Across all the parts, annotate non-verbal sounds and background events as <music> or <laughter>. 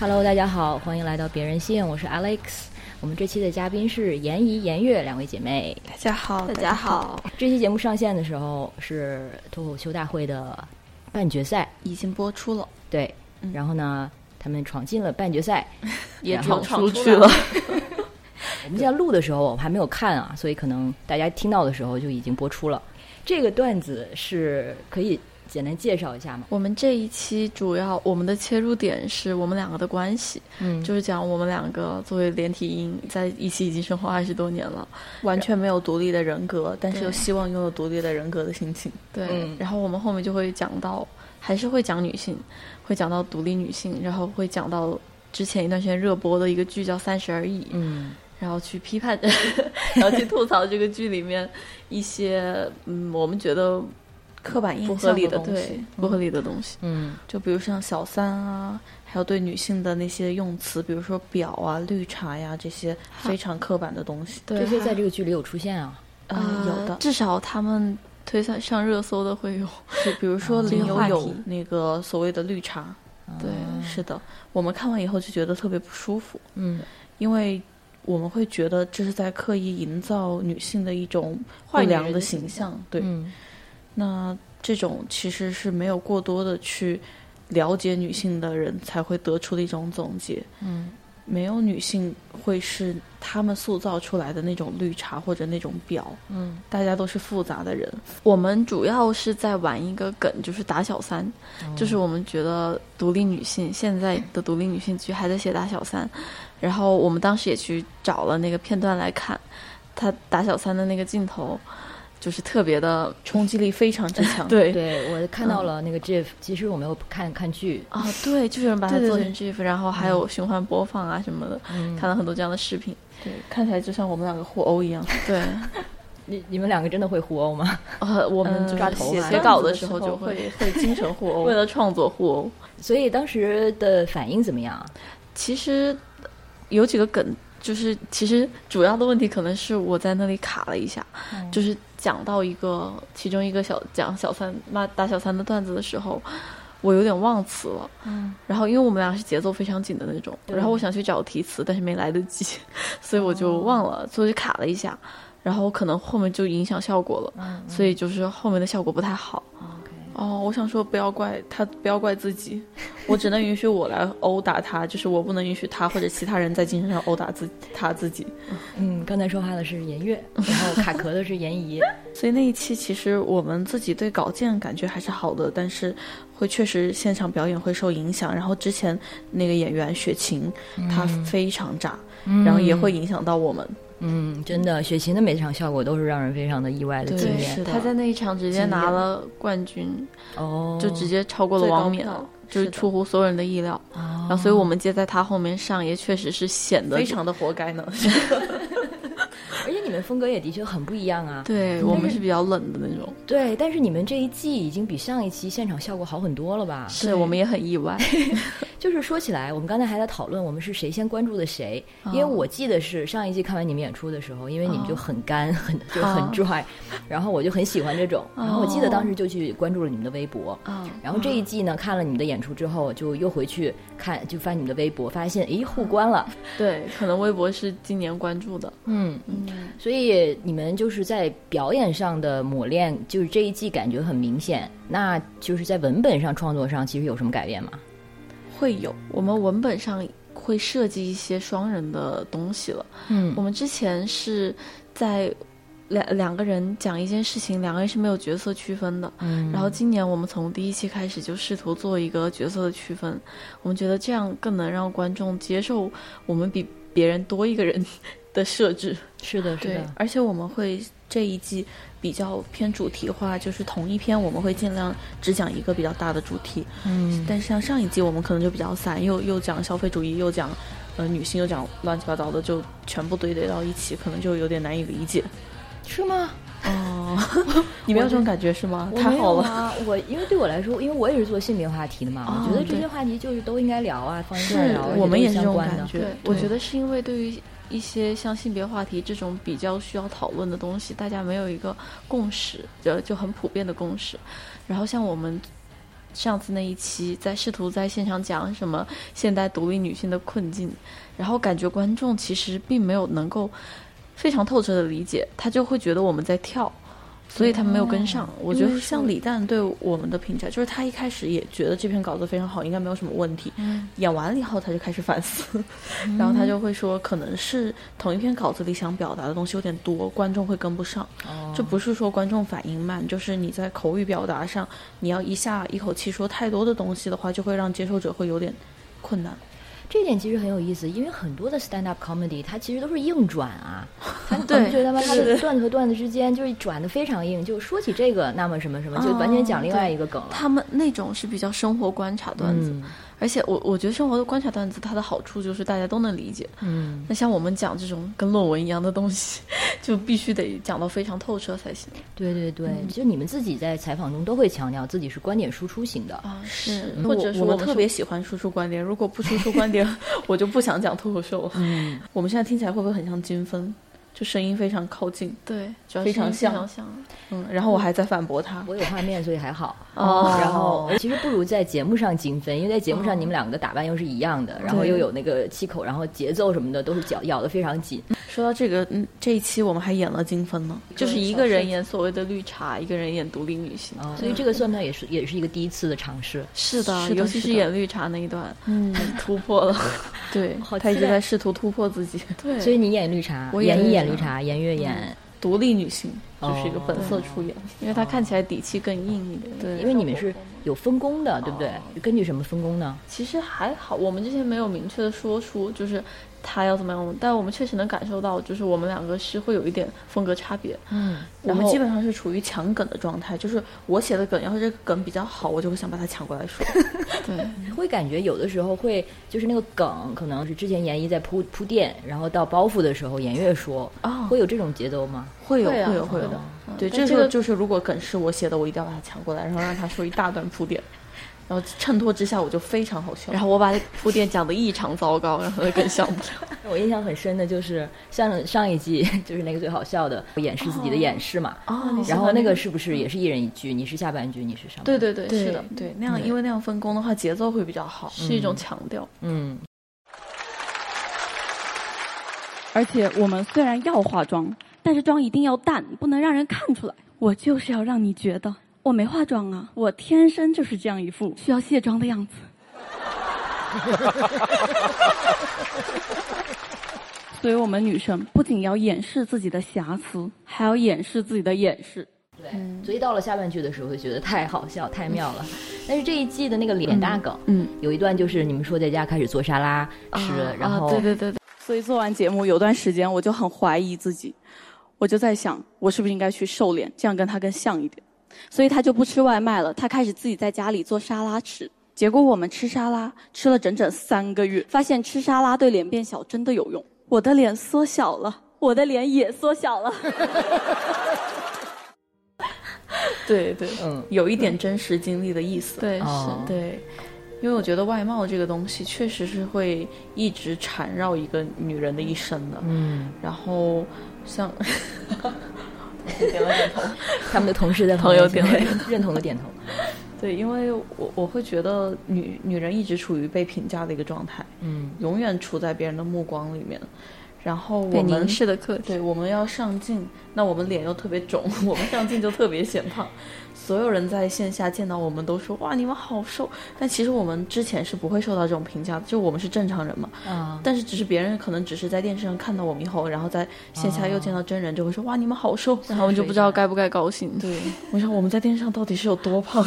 Hello，大家好，欢迎来到《别人信》，我是 Alex。我们这期的嘉宾是严怡、严月两位姐妹。大家好，大家好，这期节目上线的时候是脱口秀大会的半决赛，已经播出了，对，嗯然后呢，他们闯进了半决 <laughs> 赛，也然后闯出去去了。我们现在录的时候我还没有看啊，所以可能大家听到的时候就已经播出了。这个段子是可以简单介绍一下吗？我们这一期主要我们的切入点是我们两个的关系，嗯就是讲我们两个作为连体婴在一起已经生活二十多年了，完全没有独立的人格，但是又希望拥有独立的人格的心情。对，嗯然后我们后面就会讲到，还是会讲女性，会讲到独立女性，然后会讲到之前一段时间热播的一个剧叫《三十而已》，嗯，然后去 <laughs> 批判，然后去吐槽这个剧里面一些嗯，我们觉得刻板不印合象理的东西嗯对不合理的东西，嗯，就比如像小三啊，还有对女性的那些用词，比如说婊啊、绿茶呀、这些非常刻板的东西。这对些在这个剧里有出现啊。呃啊有的，至少他们推上上热搜的会有，嗯就比如说林这个有话有题那个所谓的绿茶，对，是的，我们看完以后就觉得特别不舒服。啊嗯，因为我们会觉得这是在刻意营造女性的一种不女良人的的形形象。对，嗯那这种其实是没有过多的去了解女性的人才会得出的一种总结。嗯，没有女性会是他们塑造出来的那种绿茶或者那种婊，嗯，大家都是复杂的人。我们主要是在玩一个梗，就是打小三，就是我们觉得独立女性现在的独立女性剧还在写打小三，然后我们当时也去找了那个片段来看，她打小三的那个镜头，就是特别的，冲击力非常之强 <laughs> 对对嗯我看到了那个 GIF，其实我没有看看剧， <laughs> 啊，对，就是有人把它对对做对成 GIF，然后还有循环播放啊什么的，嗯看到很多这样的视频。对，看起来就像我们两个互殴 <laughs> 一样。对，你你们两个真的会互殴吗？呃，我嗯们就抓是头写发写稿的时候就会会会精神互 <laughs> 为殴，了创作互殴。 <laughs> 所以当时的反应怎么样啊？其实有几个梗，就是其实主要的问题可能是我在那里卡了一下，就是讲到一个其中一个小讲小三骂打小三的段子的时候。我有点忘词了，嗯，然后因为我们俩是节奏非常紧的那种，然后我想去找题词，但是没来得及， <laughs> 所以我就忘了，所以就卡了一下，然后可能后面就影响效果了，所以就是后面的效果不太好。哦，我想说不要怪他，不要怪自己，我只能允许我来殴打他，就是我不能允许他或者其他人在精神上殴打自他自己。嗯，刚才说话的是颜 <laughs> 悦，然后卡壳的是颜怡，所以那一期其实我们自己对稿件感觉还是好的，但是会确实现场表演会受影响。然后之前那个演员雪晴，她非常炸，然后也会影响到我们。嗯，真的，雪琴的每场效果都是让人非常的意外的惊对，艳是的他在那一场直接拿了冠军，哦，就直接超过了王冕最高票，就是是的哦出乎所有人的意料。哦然后，所以我们接在他后面上，也确实是显得非常的活该呢， <laughs> 而且你们风格也的确很不一样啊。对我们是比较冷的那种，对，但是你们这一季已经比上一期现场效果好很多了吧？对我们也很意外。 <laughs> 就是说起来，我们刚才还在讨论我们是谁先关注的谁，因嗯为我记得是上一季看完你们演出的时候，因为你们就很干，很就很嗯 dry，、然后我就很喜欢这种，然后我记得当时就去关注了你们的微博，嗯啊，然后这一季呢看了你们的演出之后，就又回去看，就翻你们的微博，发现诶互关了，对，可能微博是今年关注的，嗯，所以你们就是在表演上的磨练，就是这一季感觉很明显，那就是在文本上创作上其实有什么改变吗？会有我们文本上会设计一些双人的东西了。嗯我们之前是在两两个人讲一件事情，两个人是没有角色区分的。嗯然后今年我们从第一期开始就试图做一个角色的区分，我们觉得这样更能让观众接受我们比别人多一个人的设置。是的，对，而且我们会这一季比较偏主题化，就是同一篇我们会尽量只讲一个比较大的主题，嗯，但像上一季我们可能就比较散，又又讲消费主义，又讲呃女性，又讲乱七八糟的，就全部堆叠到一起，可能就有点难以理解。是吗？你没有这种感觉是吗？我太没好有了， <laughs> 啊！我因为对我来说，因为我也是做性别话题的嘛，我觉得这对些话题就是都应该聊啊，放一块儿是聊，而且我们都哦也是这相种关感的。觉。我觉得是因为对于一些像性别话题这种比较需要讨论的东西，大家没有一个共识，就就很普遍的共识。然后像我们上次那一期在试图在现场讲什么现代独立女性的困境，然后感觉观众其实并没有能够非常透彻的理解，他就会觉得我们在跳，所以他没有跟上。啊我觉因得为像李诞对我们的评价，就是他一开始也觉得这篇稿子非常好，应该没有什么问题。嗯演完了以后，他就开始反思， <laughs> 然后他就会说，可能是同一篇稿子里想表达的东西有点多，观众会跟不上。这不是说观众反应慢，就是你在口语表达上，你要一下一口气说太多的东西的话，就会让接受者会有点困难。这一点其实很有意思，因为很多的 stand up comedy 它其实都是硬转啊， <laughs> 它对我们觉得吧，它对的段子和段子之间就是转的非常硬，就说起这个，那么什么什么，就完全哦讲另外一个梗了。他们那种是比较生活观察段子，嗯而且我我觉得生活的观察段子它的好处就是大家都能理解。嗯，那像我们讲这种跟论文一样的东西， <laughs> 就必须得讲到非常透彻才行对对对，嗯就你们自己在采访中都会强调自己是观点输出型的。啊！是或那我者说我们们特是别喜欢输出观点，如果不输出观 <laughs> 点，我就不想讲脱口秀了。嗯，我们现在听起来会不会很像金分？就声音非常靠近，对，主要非是因为常像非常像嗯，然后我还在反驳他。我有画面，所以还好。哦然后其实不如在节目上精分，因为在节目上你们两个打扮又是一样的，然后又有那个气口，然后节奏什么的都是咬咬得非常紧。说到这个，嗯，这一期我们还演了金分呢。就是一小个设人计演所谓的绿茶，一个人演独立女性。哦啊，所以这个算不算也是也是一个第一次的尝试？是的，是的尤其是是的演绿茶那一段，嗯，突破 <laughs> 了。对好，他一期直待在试图突破自己，对所以你演绿茶，我演演一绿演茶嗯绿茶，颜悦演，独立女性就是一个哦本色出演。因为她看起来底气更硬一点。对哦因为你们是有分工的，对不对？根据什么分工呢？其实还好，我们之前没有明确的说出就是她要怎么样，但我们确实能感受到，就是我们两个是会有一点风格差别。嗯，我然们后基本上是处于抢梗的状态，就是我写的梗，要是这个梗比较好，我就会想把它抢过来说。对，会感觉有的时候会就是那个梗，可能是之前严一在铺铺垫，然后到包袱的时候，颜悦说，哦会有这种节奏吗？会有，会啊有，会会有的。对，但这这时候个就是如果梗是我写的，我一定要把它抢过来，然后让他说一大段铺垫，然后衬托之下我就非常好笑。然后我把铺垫讲得异常糟糕，然后她更上不了。我印象很深的就是像上一季就是那个最好笑的演示自己的演示嘛， <laughs> 哦 <laughs> 然后那个是不是也是一人一句？你是下半句，你是上半句？对对对，对是的，对，那样因为那样分工的话，节奏会比较好。是一种强调。嗯，而且我们虽然要化妆，但是妆一定要淡，不能让人看出来。我就是要让你觉得我没化妆啊，我天生就是这样一副需要卸妆的样子。 <laughs> 所以，我们女生不仅要掩饰自己的瑕疵，还要掩饰自己的掩饰。对。所以到了下半句的时候，就觉得太好笑、太妙了。但是这一季的那个脸大梗，嗯，有一段就是你们说在家开始做沙拉吃，然后啊，对对对对，所以做完节目有段时间，我就很怀疑自己，我就在想，我是不是应该去瘦脸，这样跟他更像一点。所以他就不吃外卖了，他开始自己在家里做沙拉吃。结果我们吃沙拉吃了整整三个月，发现吃沙拉对脸变小真的有用。我的脸缩小了，我的脸也缩小了。对对，嗯有一点真实经历的意思。对哦是。对，因为我觉得外貌这个东西确实是会一直缠绕一个女人的一生的。嗯，然后 <laughs> 像 <laughs> 点了点头，他们的同事在旁朋友边点认同的点头。对，因为我我会觉得女女人一直处于被评价的一个状态，嗯，永远处在别人的目光里面。然后被我们凝视的课题，对，我们要上镜，那我们脸又特别肿，我们上镜就特别显胖。所有人在线下见到我们都说哇，你们好瘦，但其实我们之前是不会受到这种评价的，就我们是正常人嘛。啊，但是只是别人可能只是在电视上看到我们以后，然后在线下又见到真人，就会说哇，你们好瘦。然然后后我我就就不不知知道道该，该不该高兴。对，我想我们在电视上到底是有多胖？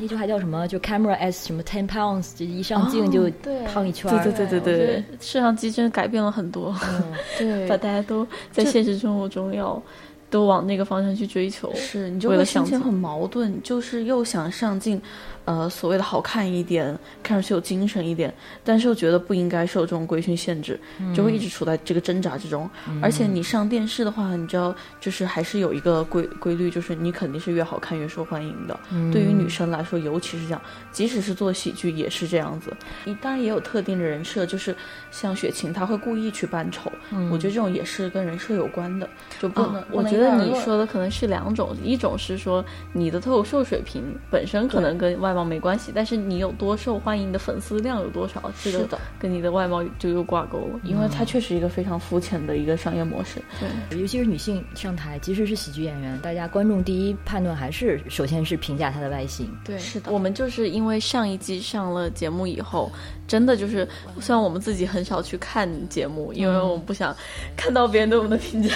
那句还叫什么？就 camera as 什么 ten pounds，就一上镜就对胖一圈儿。对对对对我觉对嗯得摄像机真的改变了很多，对 <laughs> 把大家都在现实生活中要都往那个方向去追求。是你就为会了心上情镜很矛盾，就是又想上镜，呃，所谓的好看一点，看上去有精神一点，但是又觉得不应该受这种规训限制，就嗯会一直处在这个挣扎之中。而且你上电视的话，你知道，就是还是有一个规规律，就是你肯定是越好看越受欢迎的。对于嗯女生来说，尤其是这样，即使是做喜剧也是这样子。你当然也有特定的人设，就是像雪晴，她会故意去扮丑，我觉得这种也是跟人设有关的，就不能、嗯哦我觉得你说的可能是两种，一种是说你的脱口秀水平本身可能跟外貌没关系，但是你有多受欢迎，你的粉丝量有多少，这是个的跟你的外貌就又挂钩了。因为它确实一个非常肤浅的一个商业模式。尤其是女性上台，即使是喜剧演员，大家观众第一判断还是首先是评价她的外形。对，是的我们就是因为上一季上了节目以后，真的就是，虽然我们自己很少去看节目，因为我们不想看到别人对我们的评价，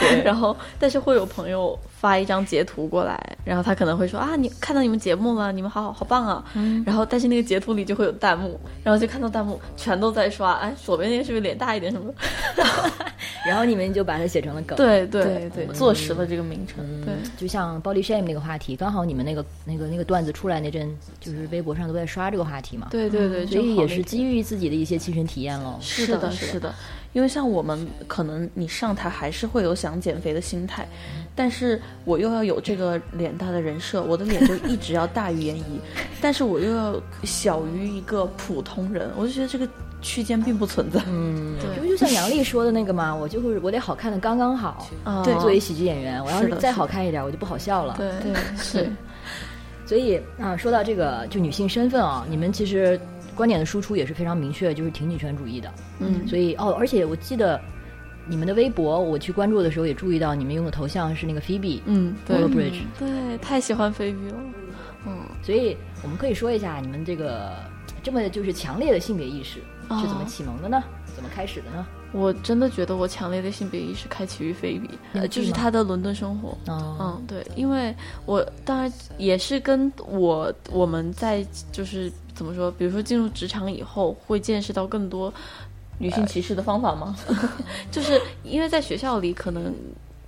对 <laughs> 然后但是会有朋友发一张截图过来，然后他可能会说啊，你看到你们节目了，你们好好好棒啊，然后但是那个截图里就会有弹幕，然后就看到弹幕全都在刷，哎，左边那个是不是脸大一点什么的？ <laughs> 然后你们就把它写成了梗。对对对，坐实了这个名称。嗯对就像 body shame 那个话题，刚好你们那个那个那个段子出来那阵，就是微博上都在刷这个话题嘛。，嗯对对对，所以正好也那是天基于自己的一些亲身体验喽。是的的，是的是的，因为像我们可能你上台还是会有想减肥的心态，但是我又要有这个脸大的人设，我的脸就一直要大于颜 <laughs> 怡，但是我又要小于一个普通人，我就觉得这个区间并不存在。 <laughs> 因为就像杨笠说的那个嘛，我就会我得好看的刚刚好。啊对作为喜剧演员，我要是是的再是的好看一点，我就不好笑了。对嗯对是所以啊，说到这个就女性身份啊，你们其实观点的输出也是非常明确，就是挺女权主义的。嗯所以哦，而且我记得你们的微博，我去关注的时候也注意到你们用的头像是那个 Phoebe，嗯对 Waller Bridge 对，太喜欢菲比了。所以我们可以说一下你们这个这么就是强烈的性别意识是怎么启蒙的呢？怎么开始的呢？我真的觉得我强烈的性别意识开启于菲比，嗯呃就是是吗他的伦敦生活。哦，嗯，对，因为我当然也是跟我我们在就是怎么说，比如说进入职场以后，会见识到更多，女性歧视的方法吗？就是因为在学校里可能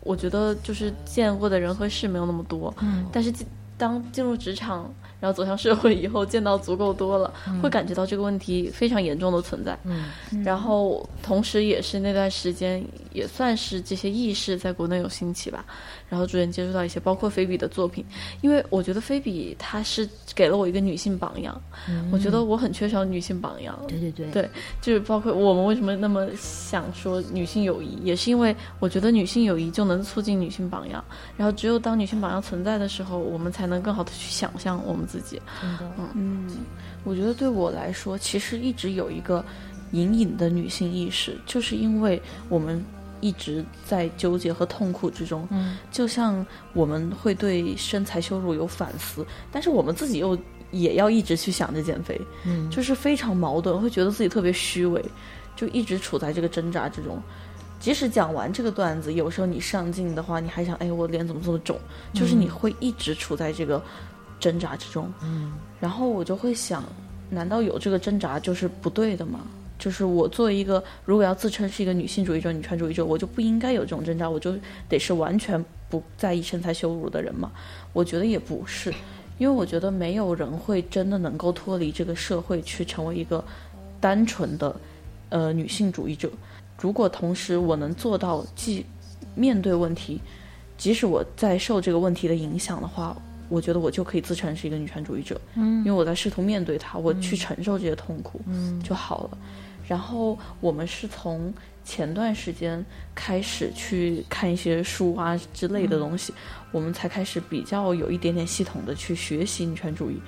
我觉得就是见过的人和事没有那么多，嗯但是进当进入职场，然后走向社会以后，见到足够多了，会感觉到这个问题非常严重的存在。嗯然后同时也是那段时间也算是这些意识在国内有兴起吧，然后逐渐接触到一些包括菲比的作品，因为我觉得菲比她是给了我一个女性榜样，我觉得我很缺少女性榜样。对对对对就是包括我们为什么那么想说女性友谊，也是因为我觉得女性友谊就能促进女性榜样，然后只有当女性榜样存在的时候，我们才能更好的去想象我们自己。真的我觉得对我来说，其实一直有一个隐隐的女性意识，就是因为我们一直在纠结和痛苦之中。嗯，就像我们会对身材羞辱有反思，但是我们自己又也要一直去想着减肥，嗯就是非常矛盾，会觉得自己特别虚伪，就一直处在这个挣扎之中。即使讲完这个段子，有时候你上镜的话，你还想，哎，我脸怎么这么肿？嗯就是你会一直处在这个挣扎之中。嗯然后我就会想，难道有这个挣扎就是不对的吗？就是我作为一个如果要自称是一个女性主义者、女权主义者，我就不应该有这种挣扎，我就得是完全不在意身材羞辱的人吗？我觉得也不是，因为我觉得没有人会真的能够脱离这个社会去成为一个单纯的呃女性主义者。如果同时我能做到既面对问题，即使我在受这个问题的影响的话，我觉得我就可以自称是一个女权主义者，嗯，因为我在试图面对它，我去承受这些痛苦，嗯，就好了。然后我们是从前段时间开始去看一些书啊之类的东西，我们才开始比较有一点点系统的去学习女权主义，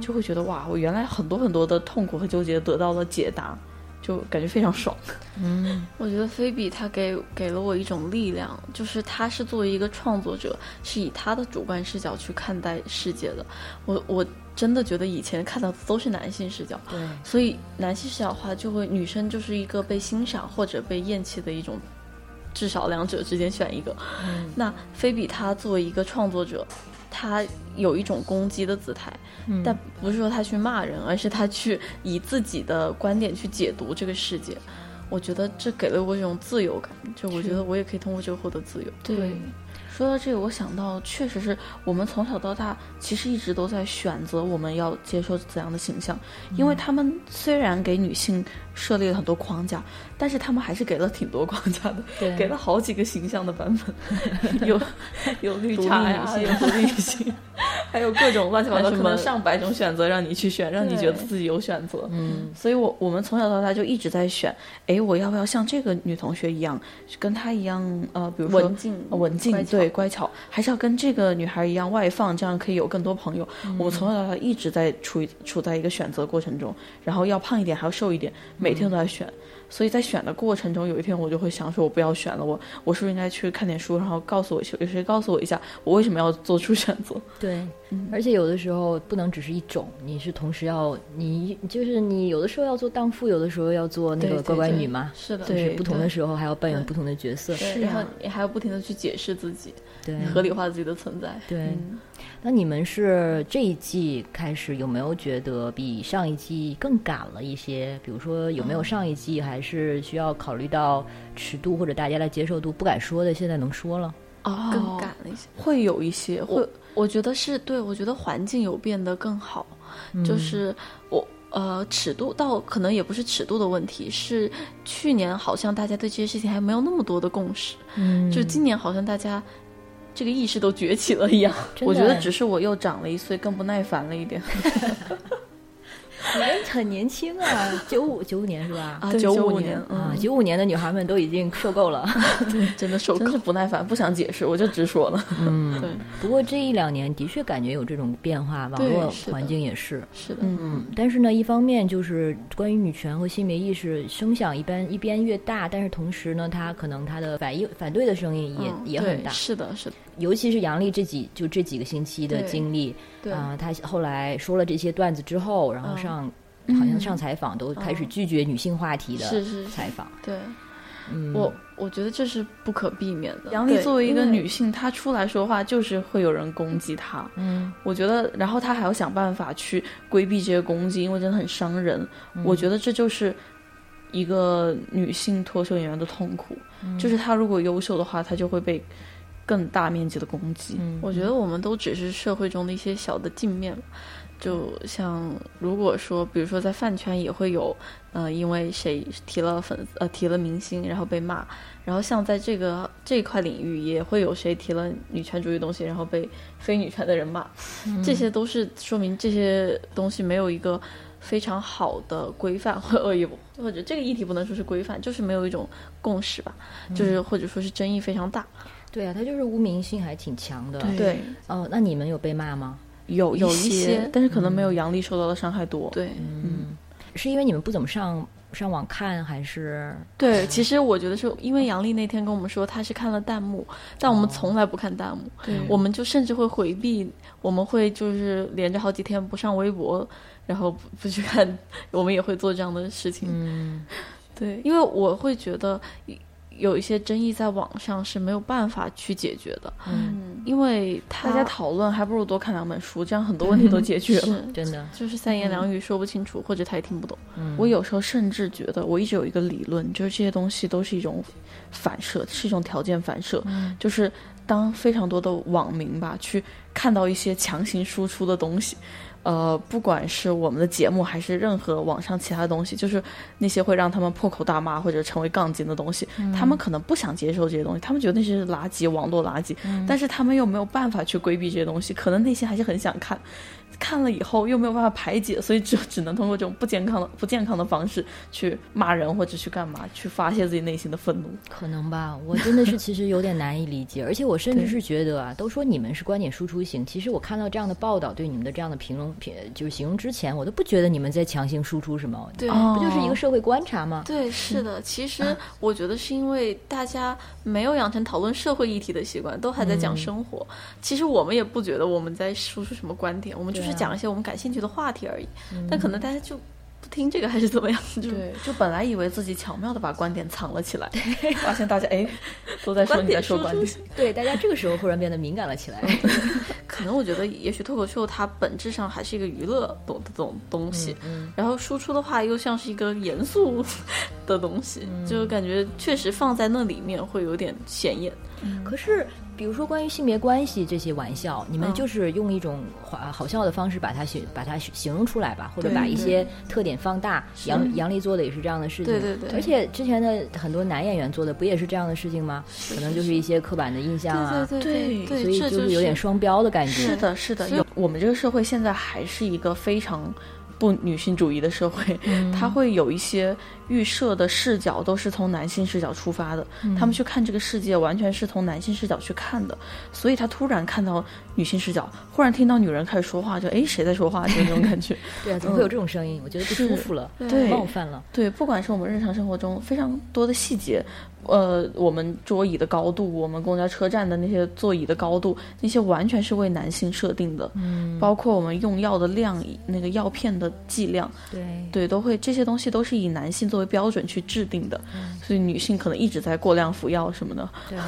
就会觉得哇，我原来很多很多的痛苦和纠结得到了解答，就感觉非常爽。嗯我觉得菲比她给给了我一种力量，就是她是作为一个创作者，是以她的主观视角去看待世界的。我我真的觉得以前看到的都是男性视角，对所以男性视角的话，就会女生就是一个被欣赏或者被厌弃的一种，至少两者之间选一个。嗯那菲比她作为一个创作者，她有一种攻击的姿态，嗯但不是说她去骂人，而是她去以自己的观点去解读这个世界。我觉得这给了我一种自由感，就我觉得我也可以通过这个获得自由。对，说到这个，我想到确实是我们从小到大其实一直都在选择我们要接受怎样的形象，因为他们虽然给女性设立了很多框架，但是他们还是给了挺多框架的，对给了好几个形象的版本，有有绿茶呀，有独立女性，还有各种乱七八还有糟，可 <laughs> 什么能上百种选择让你去选，让你觉得自己有选择。嗯，所以我我们从小到大就一直在选，哎，我要不要像这个女同学一样，跟她一样，呃，比如说文静呃文静乖巧对乖巧，还是要跟这个女孩一样外放，这样可以有更多朋友。嗯我们从小到大一直在处于处在一个选择过程中，然后要胖一点，还要瘦一点，每嗯天都在选。所以在选的过程中，有一天我就会想说，我不要选了，我我是不是应该去看点书，然后告诉我有谁告诉我一下，我为什么要做出选择？对，而且有的时候不能只是一种，你是同时要你就是你有的时候要做荡妇，有的时候要做那对个对乖乖对女嘛，是的，就是对不同的时候还要扮演不同的角色。对，是然后啊你还要不停的去解释自己，对，合理化自己的存在。对，那你们是这一季开始有没有觉得比上一季更赶了一些？比如说有没有上一季还是需要考虑到尺度或者大家的接受度不敢说的，现在能说了？哦更赶了一些。会有一些会我我觉得是对，我觉得环境有变得更好，嗯就是我呃尺度到可能也不是尺度的问题，是去年好像大家对这些事情还没有那么多的共识，嗯就今年好像大家这个意识都崛起了一样。我觉得只只是我又长了一岁，更不耐烦了一点。哎很年轻啊，九五九五年是吧？啊， <laughs> 对九95年年，嗯啊，九五年的女孩们都已经受够了。真的受 <laughs> 真够是。不耐烦，不想解释，我就直说 <laughs> 了。嗯，对，不过这一两年的确感觉有这种变化，网对络是的环境也是。是的，嗯，但是呢，一方面就是关于女权和性别意识，声响一般一边越大，但是同时呢，它可能它的反应反对的声音也、嗯也对很大。是的，是的，尤其是杨笠这几就这几个星期的对经历对嗯啊、她后来说了这些段子之后，然后上、好像上采访都开始拒绝女性话题是的是是采访。对嗯，我我觉得这是不可避免的。杨笠对作为一个因女性，她出来说话就是会有人攻击她。嗯我觉得，然后她还要想办法去规避这些攻击，因为真的很伤人。我觉得这就是一个女性脱口秀演员的痛苦，就是她如果优秀的话，她就会被更大面积的攻击。嗯，我觉得我们都只是社会中的一些小的镜面，就像如果说，比如说在饭圈也会有，呃，因为谁提了粉丝呃提了明星，然后被骂，然后像在这个这一块领域也会有谁提了女权主义东西，然后被非女权的人骂，这嗯些都是说明这些东西没有一个。非常好的规范，或呃者也不或者这个议题不能说是规范，就是没有一种共识吧，嗯就是或者说是争议非常大。对啊，她就是污名性还挺强的。对，哦，那你们有被骂吗？有有一些嗯些，但是可能没有杨笠受到的伤害多。对，是因为你们不怎么上上网看，还是对，其实我觉得是因为杨丽那天跟我们说，她是看了弹幕，但我们哦从来不看弹幕，对我们就甚至会回避，我们会就是连着好几天不上微博，然后不不去看，我们也会做这样的事情。嗯对，因为我会觉得有一些争议在网上是没有办法去解决的，嗯，因为他大家讨论还不如多看两本书，这样很 <laughs> 多问题都解决了。是嗯真 <laughs> 的，就是三言两语说不清楚，或者他也听不懂。嗯我有时候甚至觉得，我一直有一个理论，就是这些东西都是一种反射，是一种条件反射。就是当非常多的网民吧，去看到一些强行输出的东西，呃，不管是我们的节目，还是任何网上其他的东西，就是那些会让他们破口大骂或者成为杠精的东西，他们可能不想接受这些东西，他们觉得那些是垃圾，网络垃圾，但是他们又没有办法去规避这些东西，可能内心还是很想看。看了以后又没有办法排解，所以只 <laughs> 只能通过这种不健康的、不健康的方式去骂人或者去干嘛，去发泄自己内心的愤怒。可能吧。我真的是其实有点难以理解，而且我甚至对是觉得啊，都说你们是观点输出型，其实我看到这样的报道，对你们的这样的评论评就是形容之前，我都不觉得你们在强行输出什么，对不就是一个社会观察吗？对，是的。其实我觉得是因为大家没有养成讨论社会议题的习惯，都还在讲生活。其实我们也不觉得我们在输出什么观点，我们就对啊是讲一些我们感兴趣的话题而已。但可能大家就不听这个还是怎么样，就对，就本来以为自己巧妙的把观点藏了起来，发现大家哎都在说观你在点说输观出点。对，大家这个时候忽然变得敏感了起来。可能我觉得，也许脱口秀它本质上还是一个娱乐懂的东东西，嗯然后输出的话又像是一个严肃 <laughs> 嗯的东西，就感觉确实放在那里面会有点显眼。可是比如说关于性别关系这些玩笑，你们就是用一种好好笑的方式把它形把它形容出来吧，或者对把一些特点放大。杨杨笠做的也是这样的事情，对对对而且之前的很多男演员做的不也是这样的事情吗？可能就是一些刻板的印象啊，对对对对所以对，这是有点双标的感觉。是的，是的，所以有我们这个社会现在还是一个非常不女性主义的社会，嗯 <laughs> 它会有一些预设的视角都是从男性视角出发的，嗯他们去看这个世界完全是从男性视角去看的，所以他突然看到女性视角，忽然听到女人开始说话，就诶谁在说话，就那种感觉。对啊，怎么会有这种声音？我觉得不舒服了，对冒犯了。对，不管是我们日常生活中非常多的细节，呃，我们桌椅的高度，我们公交车站的那些座椅的高度，那些完全是为男性设定的。嗯，包括我们用药的量，那个药片的剂量，对对，都会这些东西都是以男性作为标准去制定的。嗯所以女性可能一直在过量服药什么的。对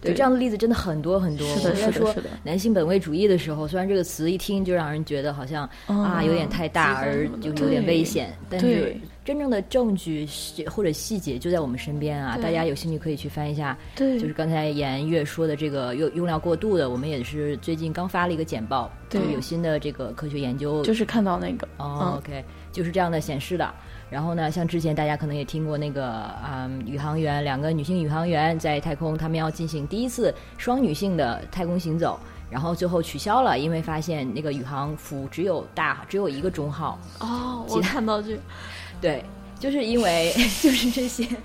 对，这样的例子真的很多很多。是的我们在是的说是的男性本位主义的时候，虽然这个词一听就让人觉得好像啊有点太大，而就有点危险，但是哦对真正的证据是或者细节就在我们身边啊！对大家有兴趣可以去翻一下，对就是刚才严月说的这个用用料过度的，我们也是最近刚发了一个简报，对就是有新的这个科学研究就是看到那个，嗯哦、o k 就是这样的显示的。然后呢，像之前大家可能也听过那个，嗯，宇航员两个女性宇航员在太空，她们要进行第一次双女性的太空行走，然后最后取消了，因为发现那个宇航服只有大只有一个中号，哦，其我他看到这个，对，就是因为 <laughs> 就是这些什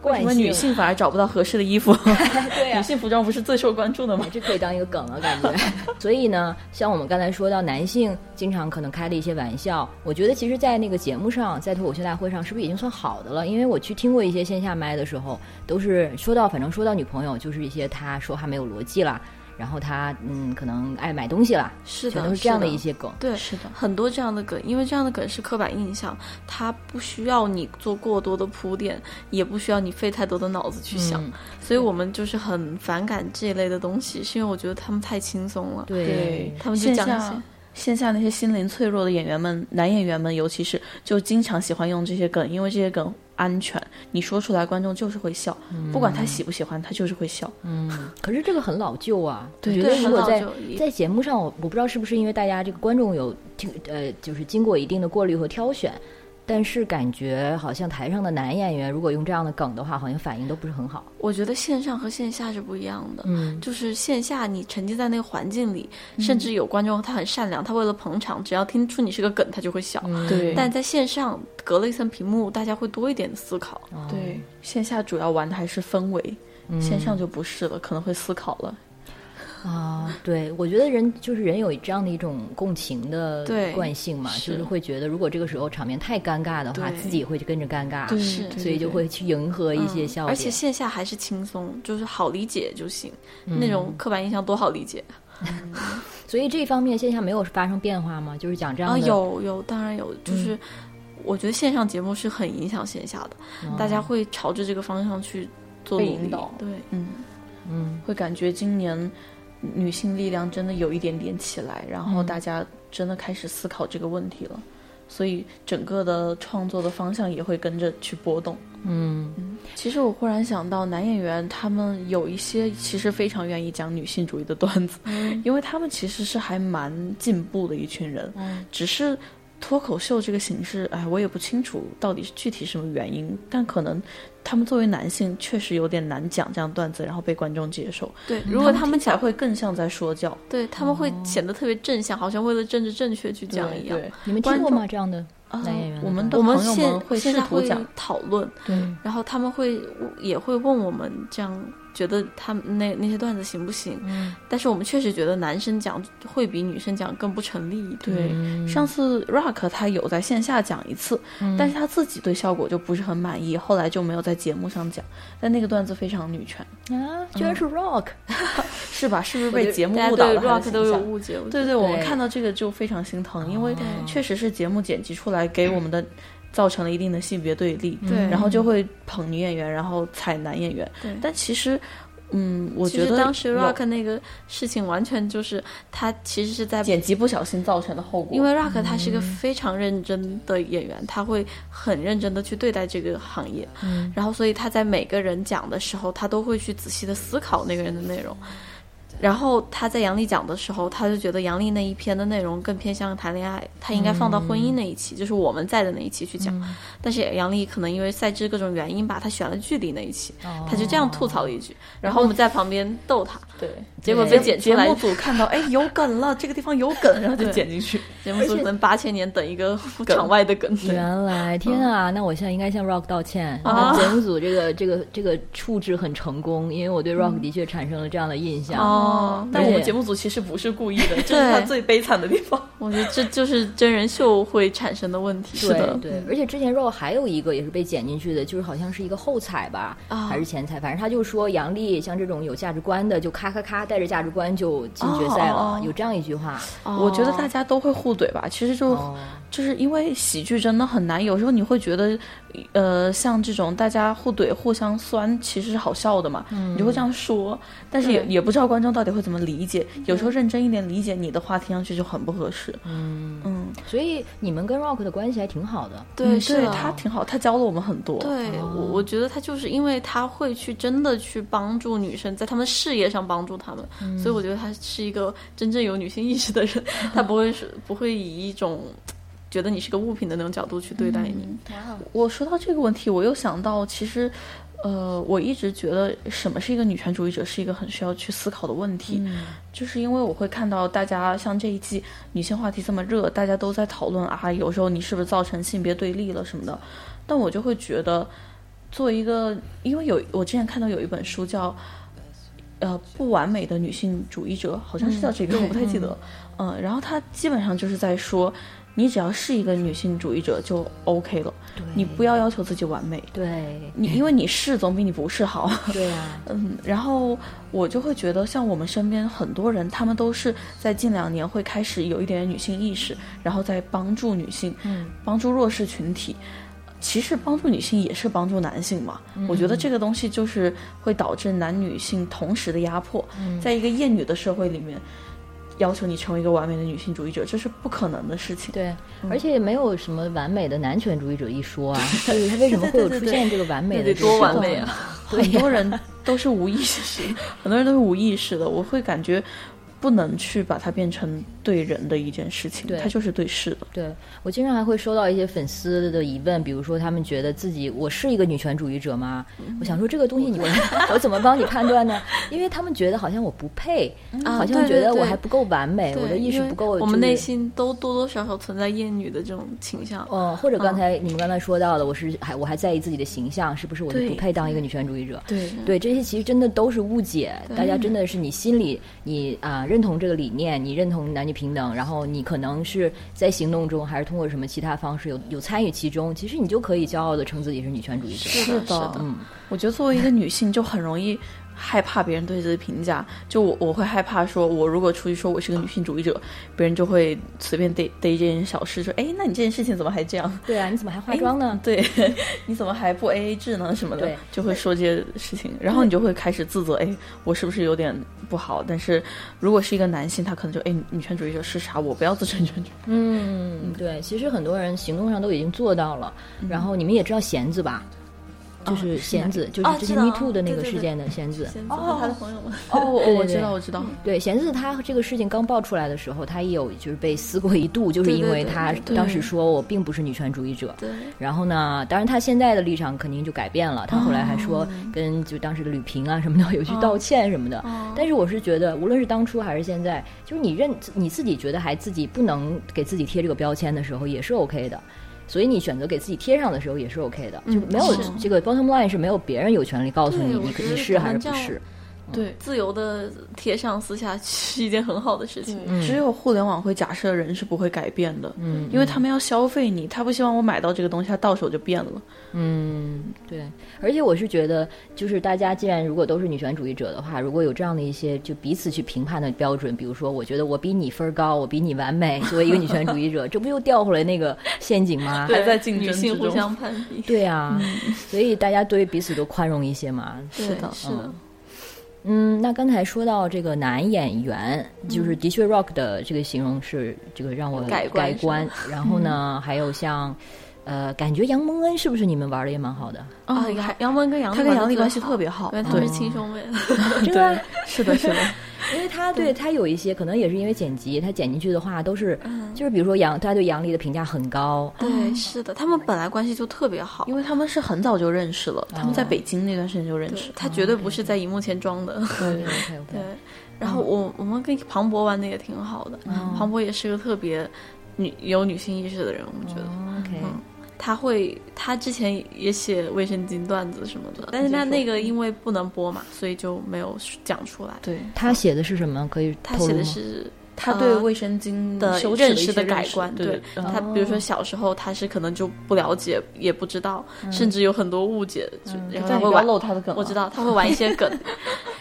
惯么性，女性反而找不到合适的衣服？ <laughs> 对啊呀、 <laughs> 女性服装不是最受关注的吗？这可以当一个梗了，感觉。所以呢，像我们刚才说到男性经常可能开的一些玩笑，我觉得其实，在那个节目上，在脱口秀大会上，是不是已经算好的了？因为我去听过一些线下麦的时候，都是说到，反正说到女朋友，就是一些她说话没有逻辑啦，然后她嗯，可能爱买东西啦，是全的，都是这样的是一些梗。对，是的很多这样的梗，因为这样的梗是刻板印象，它不需要你做过多的铺垫，也不需要你费太多的脑子去想，嗯所以我们就是很反感这一类的东西，是因为我觉得他们太轻松了。对他们就线讲一下些线下那些心灵脆弱的演员们，男演员们尤其是就经常喜欢用这些梗，因为这些梗安全，你说出来观众就是会笑，嗯不管他喜不喜欢，他就是会笑。嗯，可是这个很老旧啊。我觉对得如果很老在旧在节目上，我我不知道是不是因为大家这个观众有听呃，就是经过一定的过滤和挑选，但是感觉好像台上的男演员如果用这样的梗的话，好像反应都不是很好。我觉得线上和线下是不一样的。嗯，就是线下你沉浸在那个环境里，甚至有观众他很善良，他为了捧场，只要听出你是个梗，他就会笑。嗯对但在线上隔了一层屏幕，大家会多一点的思考。哦对，线下主要玩的还是氛嗯围，嗯线上就不是了，可能会思考了。啊，对，我觉得人就是人有这样的一种共情的对惯性嘛，是就是会觉得如果这个时候场面太尴尬的话，对自己也会跟着尴尬，啊是对所以就会去迎合一些笑点。嗯而且线下还是轻松，就是好理解就行。嗯那种刻板印象多好理解所以这方面线下没有发生变化吗？就是讲这样啊！的、嗯有有，当然有，就是。我觉得线上节目是很影响线下的，哦大家会朝着这个方向去做被努引力导对，嗯，嗯会感觉今年女性力量真的有一点点起来，然后嗯大家真的开始思考这个问题了，所以整个的创作的方向也会跟着去波动。嗯。其实我忽然想到，男演员他们有一些其实非常愿意讲女性主义的段子，嗯 <laughs> 因为他们其实是还蛮进步的一群人，嗯只是。脱口秀这个形式，哎，我也不清楚到底是具体什么原因，但可能他们作为男性确实有点难讲这样段子，然后被观众接受。对，嗯如果他他们们才会更像在说教，对他们会显得特别正向，好像为了政治正确去讲一样。哦对你们听观过众吗？这样的男演员的段子？我们我都们朋友们线会线试下图会讲讨论，对然后他们会也会问我们这样觉得他们那那些段子行不行？嗯，但是我们确实觉得男生讲会比女生讲更不成立一嗯点。对，嗯上次 Rock 他有在线下讲一次，嗯但是他自己对效果就不是很满意，后来就没有在节目上讲。但那个段子非常女权，啊，居然是 rock，是吧？是不是我觉被得节目大家误导对了他的 rock 都形有象？误解。我觉对得对，我们对看到这个就非常心疼，因为哦确实是节目剪辑出来给我们的造成了一定的性别对立，对嗯然后就会捧女演员，然后踩男演员。嗯对但其实，嗯，我其觉实得当时有 rock 那个事情完全就是他其实是在剪嗯辑不小心造成的后果，因为 Rock 他是一个非常认真的演员，他会很认真的去对待这个行业，嗯然后所以他在每个人讲的时候，他都会去仔细的思考那个人的内容。然后他在杨笠讲的时候，他就觉得杨笠那一篇的内容更偏向谈恋爱，他应该放到婚姻那一期，就是我们在的那一期去讲。但是杨笠可能因为赛制各种原因吧，他选了距离那一期，他就这样吐槽了一句，然后我们在旁边逗他，对，结果被剪出节来目。组看到，哎，有梗了，这个地方有梗，然后就剪进去。节目组可能八千年等一个场外的梗。原来，天啊！那我现在应该向 Rock 道歉。那节目组这个这个这个处置很成功，因为我对 Rock 的确产生了这样的印象。哦，但我而们且节目组其实不是故意 <laughs> 的，这是他最悲惨的地方。我觉得这就是真人秀会产生的问题。对对，而且之前 Rock 还有一个也是被剪进去的，就是好像是一个后采吧，啊还是前采，反正他就说杨笠像这种有价值观的，就咔咔咔带着价值观就进决赛了，哦哦有这样一句话。哦我觉得大家都会互怼吧，其实就、哦就是因为喜剧真的很难，有时候你会觉得，呃，像这种大家互怼、互相酸，其实是好笑的嘛，嗯你就会这样说，但是也也不知道观众到底会怎么理解。嗯有时候认真一点理解你的话，听上去就很不合适。嗯嗯，所以你们跟 Rock 的关系还挺好的。对，嗯是对的他挺好，他教了我们很多。对哦我，我觉得他就是因为他会去真的去帮助女生，在她们事业上帮助她们，嗯所以我觉得他是一个真正有女性意识的 <laughs> 人，他不会是不会以一种觉得你是个物品的那种角度去对待你。嗯我说到这个问题，我又想到，其实，呃，我一直觉得什么是一个女权主义者是一个很需要去思考的问题，就是因为我会看到大家像这一季女性话题这么热，大家都在讨论啊，有时候你是不是造成性别对立了什么的，但我就会觉得，作为一个，因为有我之前看到有一本书叫。呃，不完美的女性主义者好像是叫这个，我不太记得。嗯、然后他基本上就是在说，你只要是一个女性主义者就 OK 了，你不要要求自己完美，对 <laughs> 你因为你是总比你不是好。嗯对啊， <laughs> 嗯，然后我就会觉得，像我们身边很多人，他们都是在近两年会开始有一点女性意识，然后在帮助女性，嗯帮助弱势群体。其实帮助女性也是帮助男性嘛，嗯我觉得这个东西就是会导致男女性同时的压迫，嗯在一个厌女的社会里面，要求你成为一个完美的女性主义者，这是不可能的事情。对，嗯而且也没有什么完美的男权主义者一说 <laughs> 啊，就是他为什么会有出现这个完美的得这个多事完情美呢啊！！很多人都是无意识，很多人都是无意识的。我会感觉不能去把它变成对人的一件事情对，它就是对事的。对我经常还会收到一些粉丝的疑问，比如说他们觉得自己我是一个女权主义者吗？嗯我想说这个东西你们 <laughs> 我怎么帮你判断呢？因为他们觉得好像我不配，好像觉对嗯啊对得我对还不够完美，对我的意识因为不够，我们就内是心都多多少少存在厌女的这种倾向。哦呃，或者刚才、你们刚才说到的，我是还我还在意自己的形象，是不是我就不对配当一个女权主义者？对对，这些其实真的都是误解。大家真的是你心里你啊、认同这个理念，你认同男女平等，然后你可能是在行动中还是通过什么其他方式有有参与其中，其实你就可以骄傲的称自己是女权主义者。是是的的，嗯我觉得作为一个女性，就很容易害怕别人对自己的评价。就我，我会害怕说，我如果出去说我是个女性主义者，别人就会随便逮逮这件小事，说，哎，那你这件事情怎么还这样？对啊，你怎么还化妆呢？对， <laughs> 你怎么还不 A A 制呢？什么的对，就会说这些事情，然后你就会开始自责，哎，我是不是有点不好？但是如果是一个男性，他可能就哎，女权主义者是啥？我不要自称女权主义者。嗯，对，其实很多人行动上都已经做到了。然后你们也知道弦子吧？哦就是弦子，就是哦之知前道 Me Too 的那对个对事对件的弦子。先做他的朋友们，哦， <laughs> 对对我对知道，我知道，对，弦子他这个事情刚爆出来的时候，他也有就是被撕过一度，就是对因对为对他对当时说我并不是女权主义者。对，然后呢，当然他现在的立场肯定就改变了，他后来还哦说跟就当时的吕萍啊什么的有去道歉什么的。哦但是我是觉得，无论是当初还是现在，就是你认你自己觉得还自己不能给自己贴这个标签的时候，也是 OK 的。所以你选择给自己贴上的时候也是 OK 的，就没有嗯是这个 bottom line 是没有别人有权利告诉对你我你觉你得是还是咱不们这样是。对。自由的贴上撕下是一件很好的事情。嗯只有互联网会假设人是不会改变的，嗯，因为他们要消费你，他不希望我买到这个东西，他到手就变了。嗯，对，而且我是觉得，就是大家既然如果都是女权主义者的话，如果有这样的一些就彼此去评判的标准，比如说我觉得我比你分儿高，我比你完美，作为一个女权主义者，这不又掉回来那个陷阱吗？ <laughs> 对啊还在竞争女性之互中相攀比。对啊，所以大家对彼此都宽容一些嘛。对 <laughs> 是的是的，嗯，那刚才说到这个男演员，就是的确 Rock 的这个形容是这个让我嗯改观嗯改观，然后呢，还有像。呃，感觉杨蒙恩是不是你们玩的也蛮好的？嗯啊，杨杨文跟杨他跟杨笠关系特别好， <laughs> 因为他们是亲兄妹，真的啊， <laughs> 是的，是的，因为为他对他有一些可能也是因为剪辑，他剪进去的话都是，嗯就是比如说杨，大家对杨笠的评价很高，对，是的，他们本来关系就特别好啊因，为他们是很早就认识了，他们哦在北京那段时间就认识。啊嗯他绝对不是在荧幕前装的。对对嗯对，然后我我们跟庞博玩的也挺好的，嗯庞博也是个特别女有女性意识的人，我觉得。 ，OK，嗯他会，他之前也写卫生巾段子什么的，但是他那个因为不能播嘛，所以就没有讲出来。对，他写的是什么？可以他透露写的吗是他对呃卫生巾的羞耻认一些识的改认识观，嗯对，哦对他比如说小时候他是可能就不了解，也不知道，嗯甚至有很多误解，就然后但他你会不要玩，露他的梗，我知。道他会玩一些 <laughs> 梗，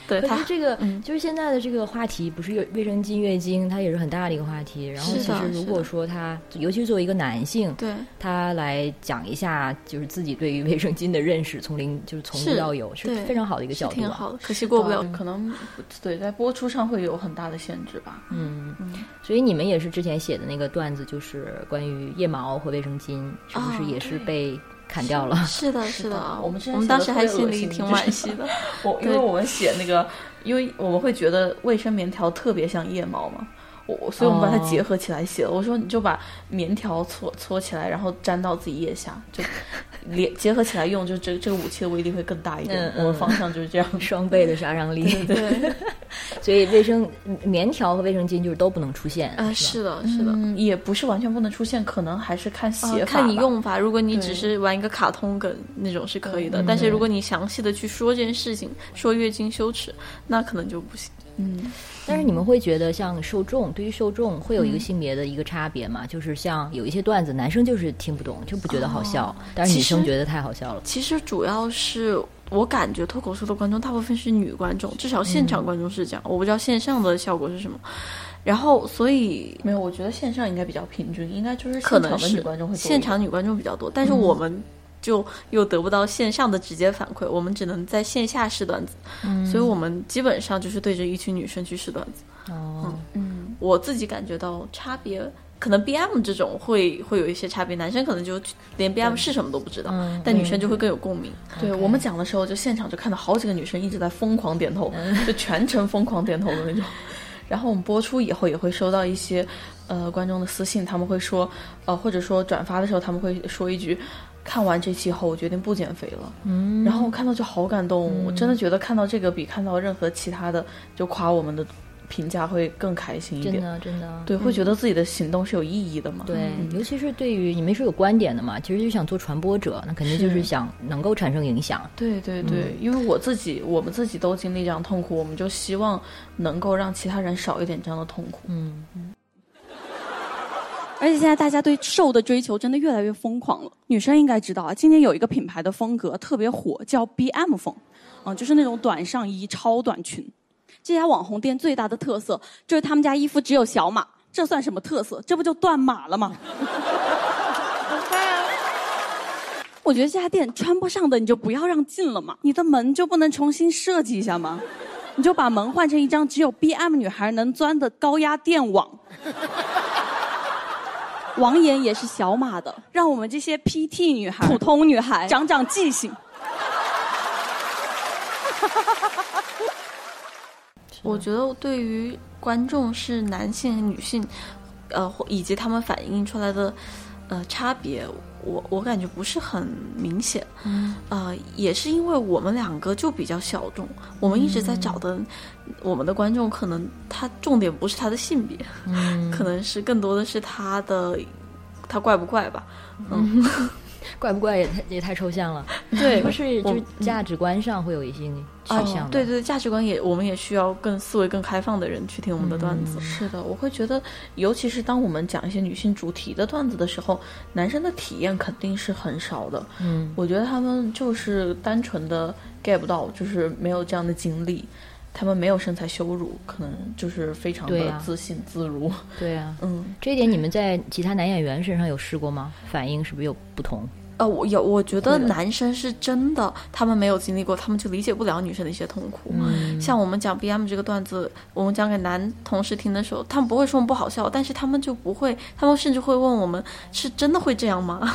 对可他嗯是这个、就是现在的这个话题，不是月卫生巾、月经，它也是很大的一个话题。然后是其的实如是果的说他，尤其作为一个男性，对他来讲一下就是自己对于 <laughs> 卫生巾的认识，从零就是从无是到有，是对非常好的一个是角度、挺啊。好的，可惜过不了。可能对在播出上会有很大的限制吧。嗯，所以你们也是之前写的那个段子，就是关于腋毛和卫生巾，是不是哦也是被砍掉了？是的，是的的，我们之前我们写的当时特还别心恶里心挺就惋是惜 <laughs> 的，我因为对我们写那个，因为我们会觉得卫生棉条特别像腋毛嘛，我我所以我们把它哦结合起来写了。我说你就把棉条搓搓起来，然后粘到自己腋下，就 <laughs> 连结合起来用，就这这个武器的威力会更大一点。嗯我们方向就是这样。双倍的杀伤力，对， <laughs> 所以卫生嗯棉条和卫生巾就是都不能出现。啊，是吧是的，是的。嗯，也不是完全不能出现，可能还是看呃写法、看你。用法。如果你只对是玩一个卡通梗那种是可以的，但是如果你详细的去说这件事情，说月经羞耻，那可能就不行。但是你们会觉得，像受众对于受众会有一个性别的一个差别吗？就是像有一些段子，男生就是听不懂，就不觉得好笑，但是女生其实觉得太好笑了。其实主要是我感觉脱口秀的观众大部分是女观众，至少现场观众是这样。我不知道线上的效果是什么。然后，所以没有，我觉得线上应该比较平均，应该就是可现能场的是女观众会多一现点嗯场女观众比较多，但是我们就又得不到线上的直接反馈，我们只能在线下试段子，嗯所以我们基本上就是对着一群女生去试段子。哦，我自己感觉到差别，可能 BM 这种会会有一些差别，男生可能就连 BM 是什么都不知道，但女生就会更有共鸣。嗯对我们讲的时候，就现场就看到好几个女生一直在疯狂点头，嗯就全程疯狂点头的那种。 <laughs> 然后我们播出以后也会收到一些呃观众的私信，他们会说，呃或者说转发的时候他们会说一句。看完这期后，我决定不减肥了。嗯，然后我看到就好感动，我真嗯的觉得看到这个比看到任何其他的就夸我们的评价会更开心一真点。的真的，对，嗯会觉得自己的行动是有意义的嘛？对，尤其是对于你们是有观点的嘛，其实就想做传播者，那肯定就是想能够产生影响。对对对，因为我自己，我们自己都经历这样痛苦，我们就希望能够让其他人少一点这样的痛苦。嗯，而且现在大家对瘦的追求真的越来越疯狂了。女生应该知道啊，今年有一个品牌的风格特别火，叫 BM 风，嗯，就是那种短上衣、超短裙。这家网红店最大的特色就是他们家衣服只有小码，这算什么特色？这不就断码了吗？我觉得这家店穿不上的你就不要让进了嘛，你的门就不能重新设计一下吗？你就把门换成一张只有 BM 女孩能钻的高压电网。王岩也是小马的，让我们这些 PT 女孩、普通女孩长长记性。我觉得对于观众是男性、女性，呃，或以及他们反映出来的呃差别，我我感觉不是很明显。嗯，呃，也是因为我们两个就比较小众，我们一直在找的，我们的观众可能他重点不是他的性别，可嗯能是更多的是他的他怪不怪吧。怪不怪也太也太抽象了，对不是我就是价值观上会有一些趋啊向的。对对，价值观也，我们也需要更思维更开放的人去听我们的段子。是的，我会觉得，尤其是当我们讲一些女性主题的段子的时候，男生的体验肯定是很少的。嗯，我觉得他们就是单纯的 get 不到，就是没有这样的经历，他们没有身材羞辱，可能就是非常对的啊自信自如。 <laughs> 对啊，嗯，这一点你们在其他男演员身上有试过吗？反应是不是有不同？呃，我有，我觉得男生是真的，他们没有经历过，他们就理解不了女生的一些痛苦。嗯像我们讲 BM 这个段子，我们讲给男同事听的时候，他们不会说我们不好笑，但是他们就不会，他们甚至会问我们是真的会这样吗？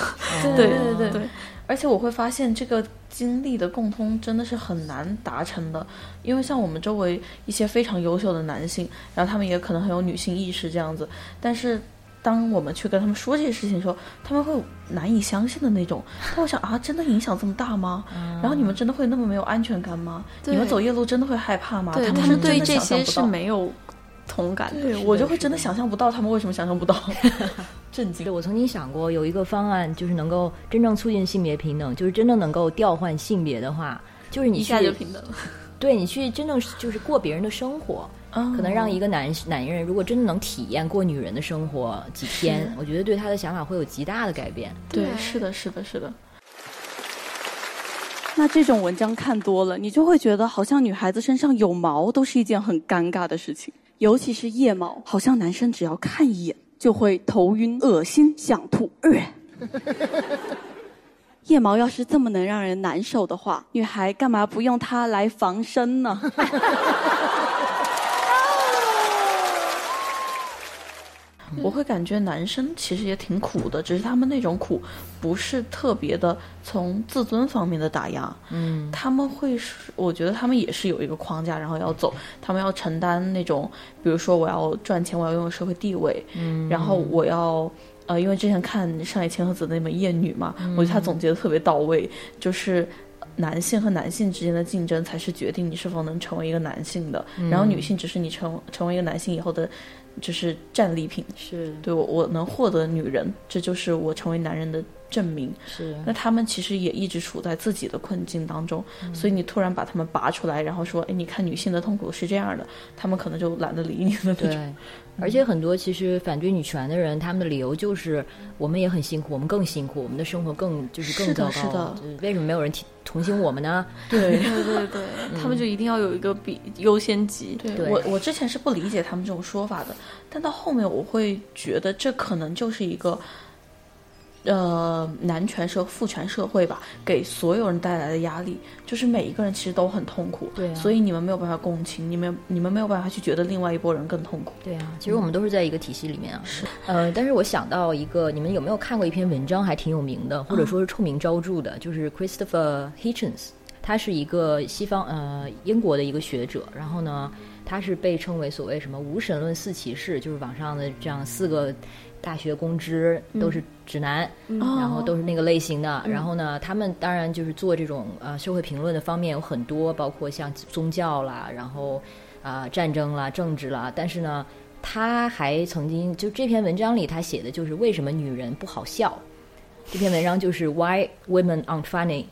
对对对对。而且我会发现，这个经历的共通真的是很难达成的，因为像我们周围一些非常优秀的男性，然后他们也可能很有女性意识这样子，但是当我们去跟他们说这些事情的时候，他们会难以相信的那种，他会想啊，真的影响这么大吗？嗯然后你们真的会那么没有安全感吗？对你们走夜路真的会害怕吗？对啊们他是们真对的这想象些不是到。没有同感的。对，我就会真的想象不到他们为什么想象不到， <laughs> 震惊对，。我曾经想过有一个方案，就是能够真正促进性别平等，就是真的能够调换性别的话，就是你一去下就平等了。对你去真正就是过别人的生活，嗯 <laughs> 可能让一个男男人如果真的能体验过女人的生活几天，我觉得对他的想法会有极大的改变。对，对是的，是的，是的，那这种文章看多了，你就会觉得好像女孩子身上有毛都是一件很尴尬的事情，尤其是腋毛，好像男生只要看一眼就会头晕、恶心、想吐。呃 <laughs> 腋毛要是这么能让人难受的话，女孩干嘛不用它来防身呢？我会感觉男生其实也挺苦的，只是他们那种苦不是特别的从自尊方面的打压，嗯，他们会是，我觉得他们也是有一个框架，然后要走，他们要承担那种，比如说我要赚钱，我要拥有社会地位，嗯，然后我要。呃，因为之前看上野千鹤子那本《厌女》嘛，我觉得她总结的特别到位，就是男性和男性之间的竞争才是决定你是否能成为一个男性的，然后女性只是你成成为一个男性以后的，就是战利品。是对我，我能获得女人，这就是我成为男人的证明。是那他们其实也一直处在自己的困境当中，所以你突然把他们拔出来，然后说：“哎，你看女性的痛苦是这样的。”他们可能就懒得理你了。对，而且很多其实反对女权的人，他们的理由就是我们也很辛苦，我们更辛苦，我们的生活更就是更是糟的糕。是的就是为什么没有人提同情我们呢？ <laughs> 对对 <laughs> 对对，他嗯们就一定要有一个比优先级。对，对我我之前是不理解他们这种说法的，但到后面我会觉得这可能就是一个。呃，男权社、父权社会吧，给所有人带来的压力，就是每一个人其实都很痛苦，对啊所以你们没有办法共情，你们你们没有办法去觉得另外一拨人更痛苦。对啊，其实我们都是在一个体系里面啊。呃，但是我想到一个，你们有没有看过一篇文章，还挺有名的，或者说是臭名昭著的，就是 Christopher Hitchens，他是一个西方呃英国的一个学者，然后呢，他是被称为所谓什么无神论四骑士，就是网上的这样四个大学公知都是直男，然哦后都是那个类型的。然后呢，他们当然就是做这种呃社会评论的方面有很多，包括像宗教啦，然后啊、战争啦、政治啦。但是呢，他还曾经就这篇文章里他写的就是为什么女人不好笑。这篇文章就是 Why Women Aren't Funny，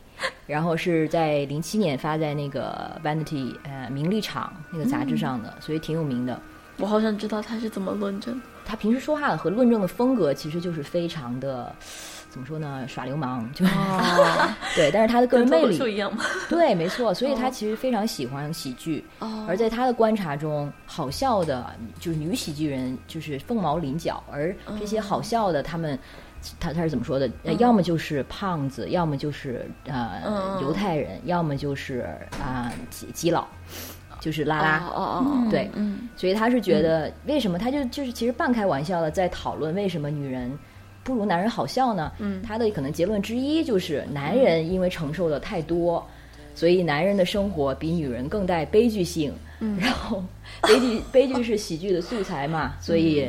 然 <laughs> 后是在零七年发在那个 Vanity 呃名利场那个杂志上的，所以挺有名的。我好想知道他是怎么论证的。他平时说话和论证的风格其实就是非常的，怎么说呢，耍流氓，就、哦对。但是他的个人魅脱口秀力，一样哦吗？对，没错。所以他其实非常喜欢喜剧。哦而在他的观察中，好笑的，就是女喜剧人就是凤毛麟角，而这些哦好笑的，他们。他他是怎么说的？嗯呃，要么就是胖子，要么就是呃、嗯犹太人，要么就是啊、基基佬，就是拉拉。哦哦哦，对，嗯，所以他是觉得为什么他就就是其实半开玩笑的在讨论为什么女人不如男人好笑呢？嗯，他的可能结论之一就是男人因为承受的太多，所以男人的生活比女人更带悲剧性。嗯，然后悲剧悲剧是喜剧的素材嘛，所以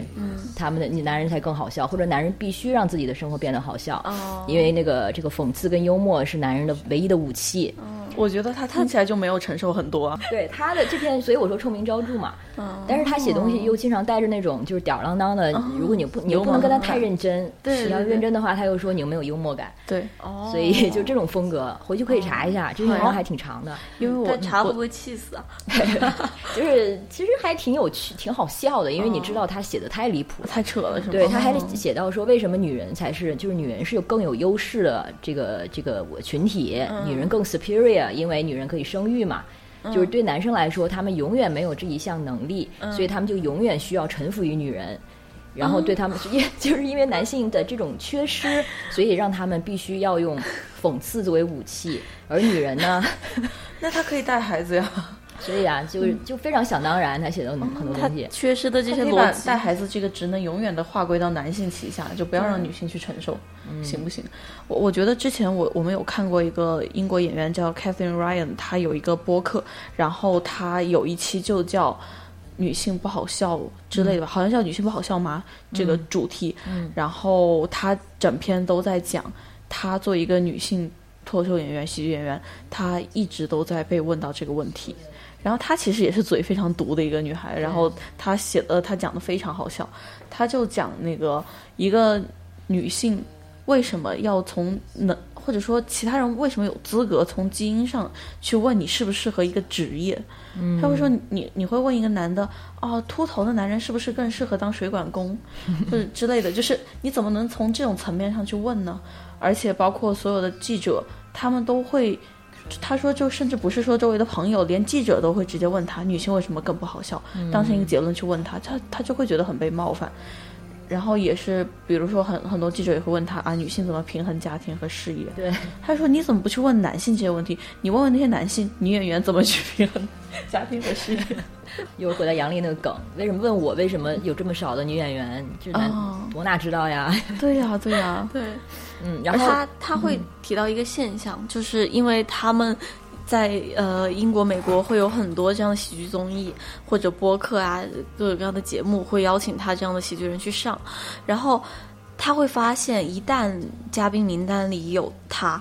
他们的你男人才更好笑，或者男人必须让自己的生活变得好笑，哦因为那个这个讽刺跟幽默是男人的唯一的武器。 <laughs> 我觉得他听起来就没有承受很多啊。对他的这篇，所以我说臭名昭著嘛。嗯但是他写东哦西又经常带着那种就是吊儿郎当的，如果你不你又不能跟他太认真，嗯对你要对对认真的话，他又说你有没有幽默感，对，哦所以就这种风格，回去可以查一下，这篇文章还挺长的，因为我但查会不会气死啊？就是其实还挺有趣，挺好笑的，因为你哦知道他写的太离谱我了。太扯了，是吗？对， <laughs> 他还写到说，为什么女人才是就是女人是有更有优势的这个这个我群体，女人更 superior，因为女人可以生育嘛。就是对男生来说，他们永远没有这一项能力，所以他们就永远需要臣服于女人。然后对他们，因、 <laughs> 就是因为男性的这种缺失，所以让他们必须要用讽刺作为武器，而女人呢，那他可以带孩子呀。所以啊，就就非常想当然，他写的很多他东西。缺失的这些可以逻把辑，带孩子这个职能永远的划归到男性旗下，就不要让女性去承受，行不行？我我觉得之前我我们有看过一个英国演员叫 Catherine Ryan，她有一个播客，然后她有一期就叫。女性不好笑之类的吧，好像叫“女性不好笑吗”这个主题。然后她整篇都在讲，她作为一个女性脱口秀演员、喜剧演员，她一直都在被问到这个问题。然后她其实也是嘴非常毒的一个女孩，然后她写的她讲的非常好笑，她就讲那个一个女性为什么要从能或者说其他人为什么有资格从基因上去问你适不适合一个职业？她会说你你会问一个男的哦，秃头的男人是不是更适合当水管工，或者之类的，就是你怎么能从这种层面上去问呢？而且包括所有的记者，他们都会他说，就甚至不是说周围的朋友，连记者都会直接问他女性为什么更不好笑，当成一个结论去问他，他他就会觉得很被冒犯。然后也是，比如说很很多记者也会问他啊，女性怎么平衡家庭和事业？对，他说你怎么不去问男性这些问题？你问问那些男性女演员怎么去平衡家庭和事业？一会儿回到杨笠那个梗，为什么问我为什么有这么少的女演员？这男、哦我哪知道呀？ <laughs> <laughs> 对呀、对呀、对，嗯，而然后他他会提到一个现象，就是因为他们在呃英国、美国会有很多这样的喜剧综艺或者播客啊，各种各样的节目会邀请他这样的喜剧人去上，然后他会发现，一旦嘉宾名单里有他。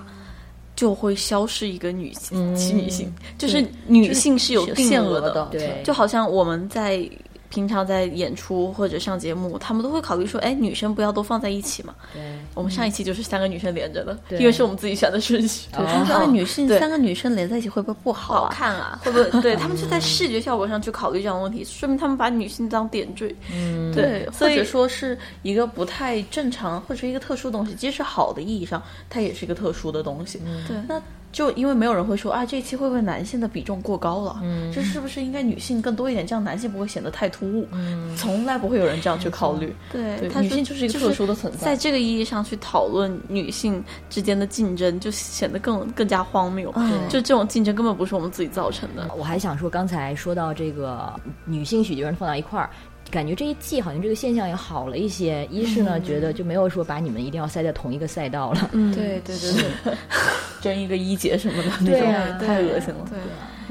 就会消失一个女性，女性就是女性是有是有定限额额的对就好像我们在平常在演出或者上节目，他们都会考虑说，哎，女生不要都放在一起嘛，对我们上嗯一期就是三个女生连着的，对因为是我们自己选的顺序，哦他说啊，女性对三个女生连在一起会不会不好好啊？看啊，会不 <laughs> 会？对他们就在视觉效果上去考虑这样的问题，说明他们把女性当点缀。嗯，对，或所以者说是一个不太正常，或者是一个特殊的东西，即使好的意义上，它也是一个特殊的东西。对那就因为没有人会说啊，这期会不会男性的比重过高了？嗯，这是不是应该女性更多一点，这样男性不会显得太突兀？嗯，从来不会有人这样去考虑。对对他说女性就是一个特殊的存在在这个意义上去讨论女性之间的竞争，就显得更更加荒谬。嗯就这种竞争根本不是我们自己造成的。我还想说，刚才说到这个女性喜剧人放到一块儿，感觉这一季好像这个现象也好了一些。一是嗯呢，觉得就没有说把你们一定要塞在同一个赛道了。嗯，对对对， <laughs> 争一个一姐什么的那对种，啊太恶心了。对。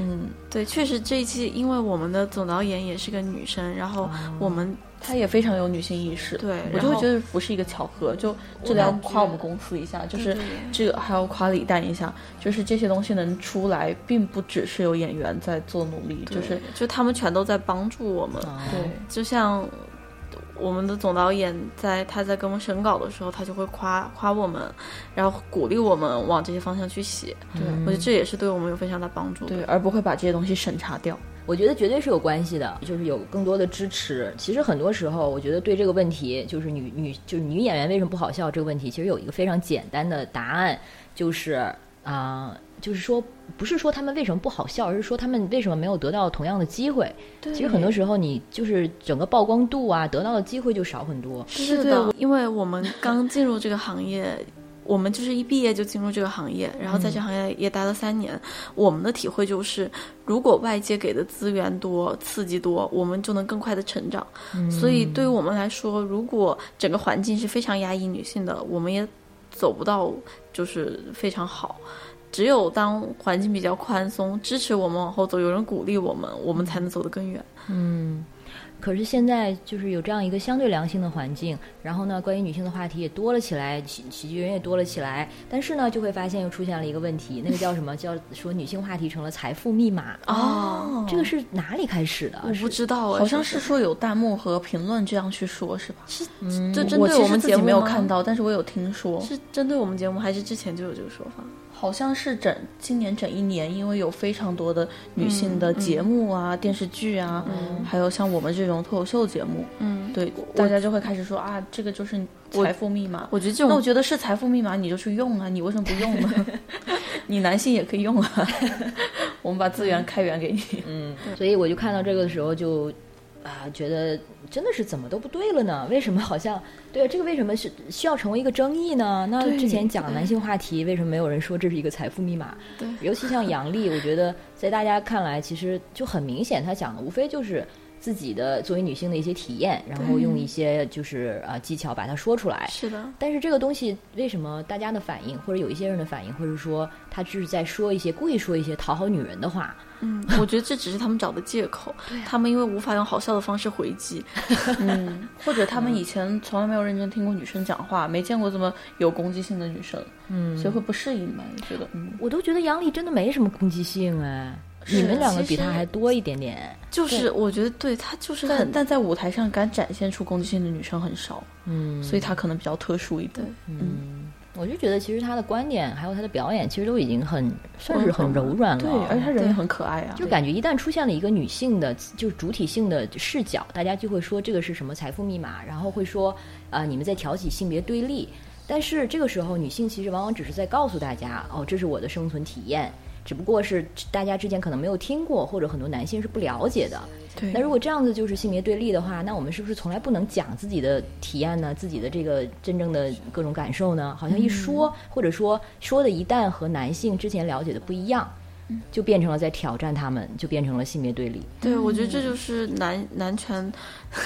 嗯，对，确实这一期，因为我们的总导演也是个女生，然后哦我们她也非常有女性意识。对我然就会后觉得不是一个巧合，就这里要感夸觉我们公司一下，就是对这个还要夸李诞一下，就是这些东西能出来，并不只是有演员在做努力，就是对就他们全都在帮助我们。对。就像我们的总导演在他在给我们审稿的时候，他就会夸夸我们，然后鼓励我们往这些方向去写。对嗯我觉得这也是对我们有非常大帮助的。对，而不会把这些东西审查掉。我觉得绝对是有关系的，就是有更多的支持。其实很多时候，我觉得对这个问题，就是女女就是女演员为什么不好笑这个问题，其实有一个非常简单的答案，就是啊、就是说不是说他们为什么不好笑，而是说他们为什么没有得到同样的机会。其实很多时候，你就是整个曝光度啊，得到的机会就少很多。是的，因为我们刚进入这个行业。我们就是一毕业就进入这个行业，然后在嗯这行业也待了三年。我们的体会就是，如果外界给的资源多、刺激多，我们就能更快的成长。嗯所以对于我们来说，如果整个环境是非常压抑女性的，我们也走不到就是非常好。只有当环境比较宽松，支持我们往后走，有人鼓励我们，我们嗯才能走得更远。可是现在就是有这样一个相对良性的环境，然后呢，关于女性的话题也多了起来，喜喜剧人也多了起来，但是呢，就会发现又出现了一个问题，那个叫什么？叫说女性话题成了财富密码。哦，这个是哪里开始的我？不知道哎，好像是说有弹幕和评论这样去说，是吧？是就针嗯我对其我实们自节己目没有吗看，到，但是我有听说，是针对我们节目还是之前就有这个说法？好像是整今年整一年，因为有非常多的女嗯性的节目啊、电视剧啊，还有像我们这种脱口秀节目，嗯，对，大家就会开始说啊，这个就是财富密码。我觉得这那我种觉得是财富密码，你就去用啊，你为什么不 <laughs> 用呢？你男性也可以 <laughs> 用啊，我们把资源开源给你。所以我就看到这个的时候就。啊，觉得真的是怎么都不对了呢？为什么好像对这个为什么是需要成为一个争议呢？那之前讲的男性话题，为什么没有人说这是一个财富密码？对尤其像杨笠，我觉得在大家看来，其实就很明显，她讲的无非就是自己的作为女性的一些体验，然后用一些就是啊技巧把它说出来。是的，但是这个东西为什么大家的反应，或者有一些人的反应，或者说他就是在说一些故意说一些讨好女人的话？嗯，我觉得这只是他们找的借口，他们因为无法用好笑的方式回击，嗯，或者他们以前从来没有认真听过女生讲话，没见过这么有攻击性的女生，嗯所以会不适应吧？你觉得？嗯，我都觉得杨笠真的没什么攻击性哎，你们两个比他还多一点点。就是我觉得对他就是但很但在舞台上敢展现出攻击性的女生很少，嗯，所以她可能比较特殊一点。嗯我就觉得其实他的观点还有他的表演，其实都已经很算是很柔软了。对，而且她人也很可爱啊。就感觉一旦出现了一个女性的，就是主体性的视角，大家就会说这个是什么财富密码，然后会说，啊、你们在挑起性别对立。但是这个时候，女性其实往往只是在告诉大家，哦，这是我的生存体验，只不过是大家之前可能没有听过，或者很多男性是不了解的。对那如果这样子就是性别对立的话，那我们是不是从来不能讲自己的体验呢？自己的这个真正的各种感受呢？好像一嗯说，或者说说的一旦和男性之前了解的不一样，就变成了在挑战他们，就变成了性别对立。对，我觉得这就是男男权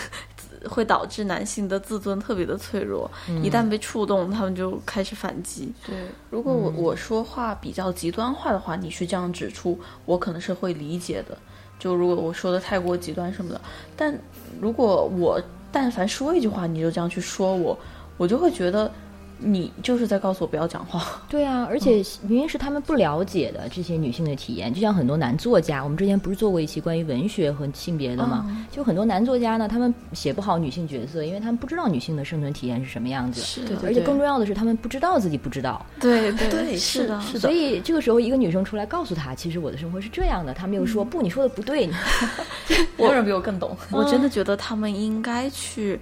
<laughs> 会导致男性的自尊特别的脆弱，一旦被触动，他们就开始反击。对，嗯如果我我说话比较极端化的话，你去这样指出，我可能是会理解的。就如果我说的太过极端什么的，但如果我但凡说一句话，你就这样去说我，我就会觉得你就是在告诉我不要讲话。对啊，而且明明是他们不了解的这些女性的体验，就像很多男作家，我们之前不是做过一期关于文学和性别的吗？就很多男作家呢，他们写不好女性角色，因为他们不知道女性的生存体验是什么样子。是对的，而且更重要的是，他们不知道自己不知道，对 <laughs> 对对是的，是的所以这个时候一个女生出来告诉他，其实我的生活是这样的，他们又说、不，你说的不嗯 <laughs> 对，你没有人比我更懂。我真的觉得他们应该去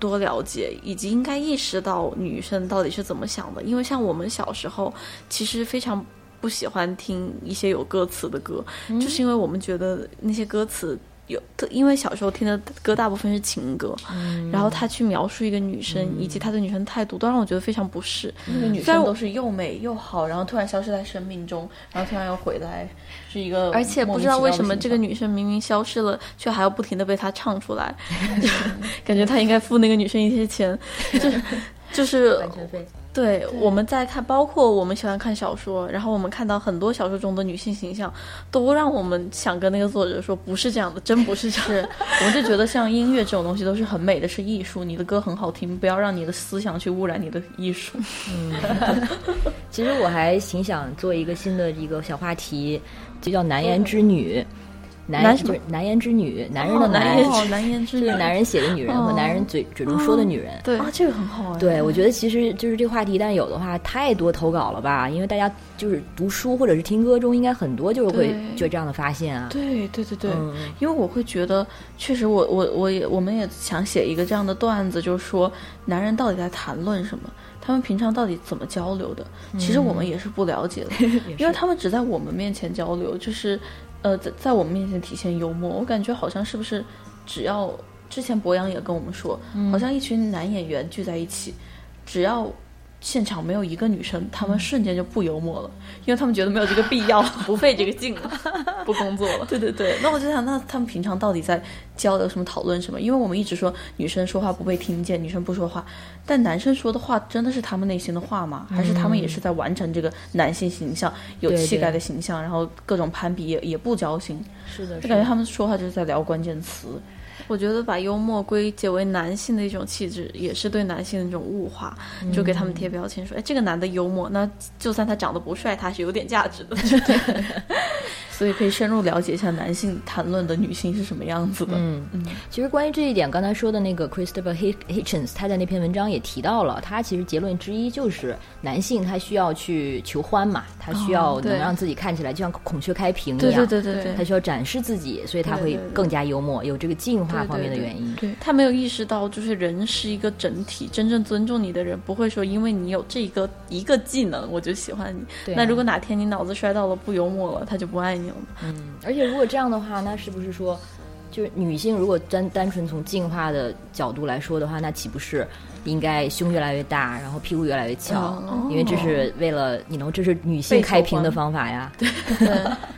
多了解，以及应该意识到女生到底是怎么想的。因为像我们小时候，其实非常不喜欢听一些有歌词的歌，就是因为我们觉得那些歌词。有，特因为小时候听的歌大部分是情歌，然后他去描述一个女生、以及他对女生态度，都让我觉得非常不适。那个女虽然生我都是又美又好，然后突然消失在生命中，然后突然又回来，是一个而且莫不名知道其为妙的什么现这个象女生明明消失了，却还要不停的被他唱出 <laughs> 来，感觉他应该付那个女生一些钱， <laughs> 就是就是完全被对我们在看，包括我们喜欢看小说，然后我们看到很多小说中的女性形象，都让我们想跟那个作者说，不是这样的，真不是这样的。 <laughs> 我们就觉得像音乐这种东西都是很美的，是艺术。你的歌很好听，不要让你的思想去污染你的艺术。其实我还挺想做一个新的一个小话题，就叫“难言之女”。男男就什么是难言之女，男人哦的难男，言就难言之是男人写的女人和男人嘴嘴中说的女人。对啊，这个很好哎。对，我觉得其实就是这个话题，但有的话太多投稿了吧？因为大家就是读书或者是听歌中，应该很多就是会对就这样的发现啊。对对对对，嗯因为我会觉得，确实我，我我也我们也想写一个这样的段子，就是说男人到底在谈论什么，他们平常到底怎么交流的，其实我们嗯 <laughs> 也是不了解的，因为他们只在我们面前交流，就是呃在在我们面前体现幽默，我感觉好像是不是只要之前博洋也跟我们说，嗯好像一群男演员聚在一起，只要。现场没有一个女生，他们瞬间就不幽默了，因为他们觉得没有这个 <laughs> 必要，不费这个劲了。嗯不工作了。对对对，那我就想，那他们平常到底在交流什么、讨论什么？因为我们一直说女生说话不被听见，女生不说话，但男生说的话真的是他们内心的话吗？嗯还是他们也是在完成这个男性形象、有对气概对的形象，然后各种攀比也也不交心，是的，就感觉他们说话就是在聊关键词。我觉得把幽默归结为男性的一种气质，也是对男性的一种物化，就给他们贴标签说，哎，这个男的幽默，那就算他长得不帅，他是有点价值的。所以可以深入了解一下男性谈论的女性是什么样子的。嗯，其实关于这一点，刚才说的那个 Christopher Hitch- Hitchens，他在那篇文章也提到了，他其实结论之一就是男性他需要去求欢嘛，他需要能哦对让自己看起来就像孔雀开屏一样，对对他需要展示自己，所以他对对会对更加幽默，有这个进化方面的对对原因。对， <laughs> 他没有意识到，就是人是一个整体，真正尊重你的人不会说，因为你有这一个一个技能，我就喜欢你。对啊那如果哪天你脑子摔到了，不幽默了，他就不爱你了。嗯，而且如果这样的话，那是不是说？就是女性如果单单纯从进化的角度来说的话，那岂不是应该胸越来越大，然后屁股越来越翘？因为这是为了你能，这是女性开屏的方法呀。 <laughs> 对，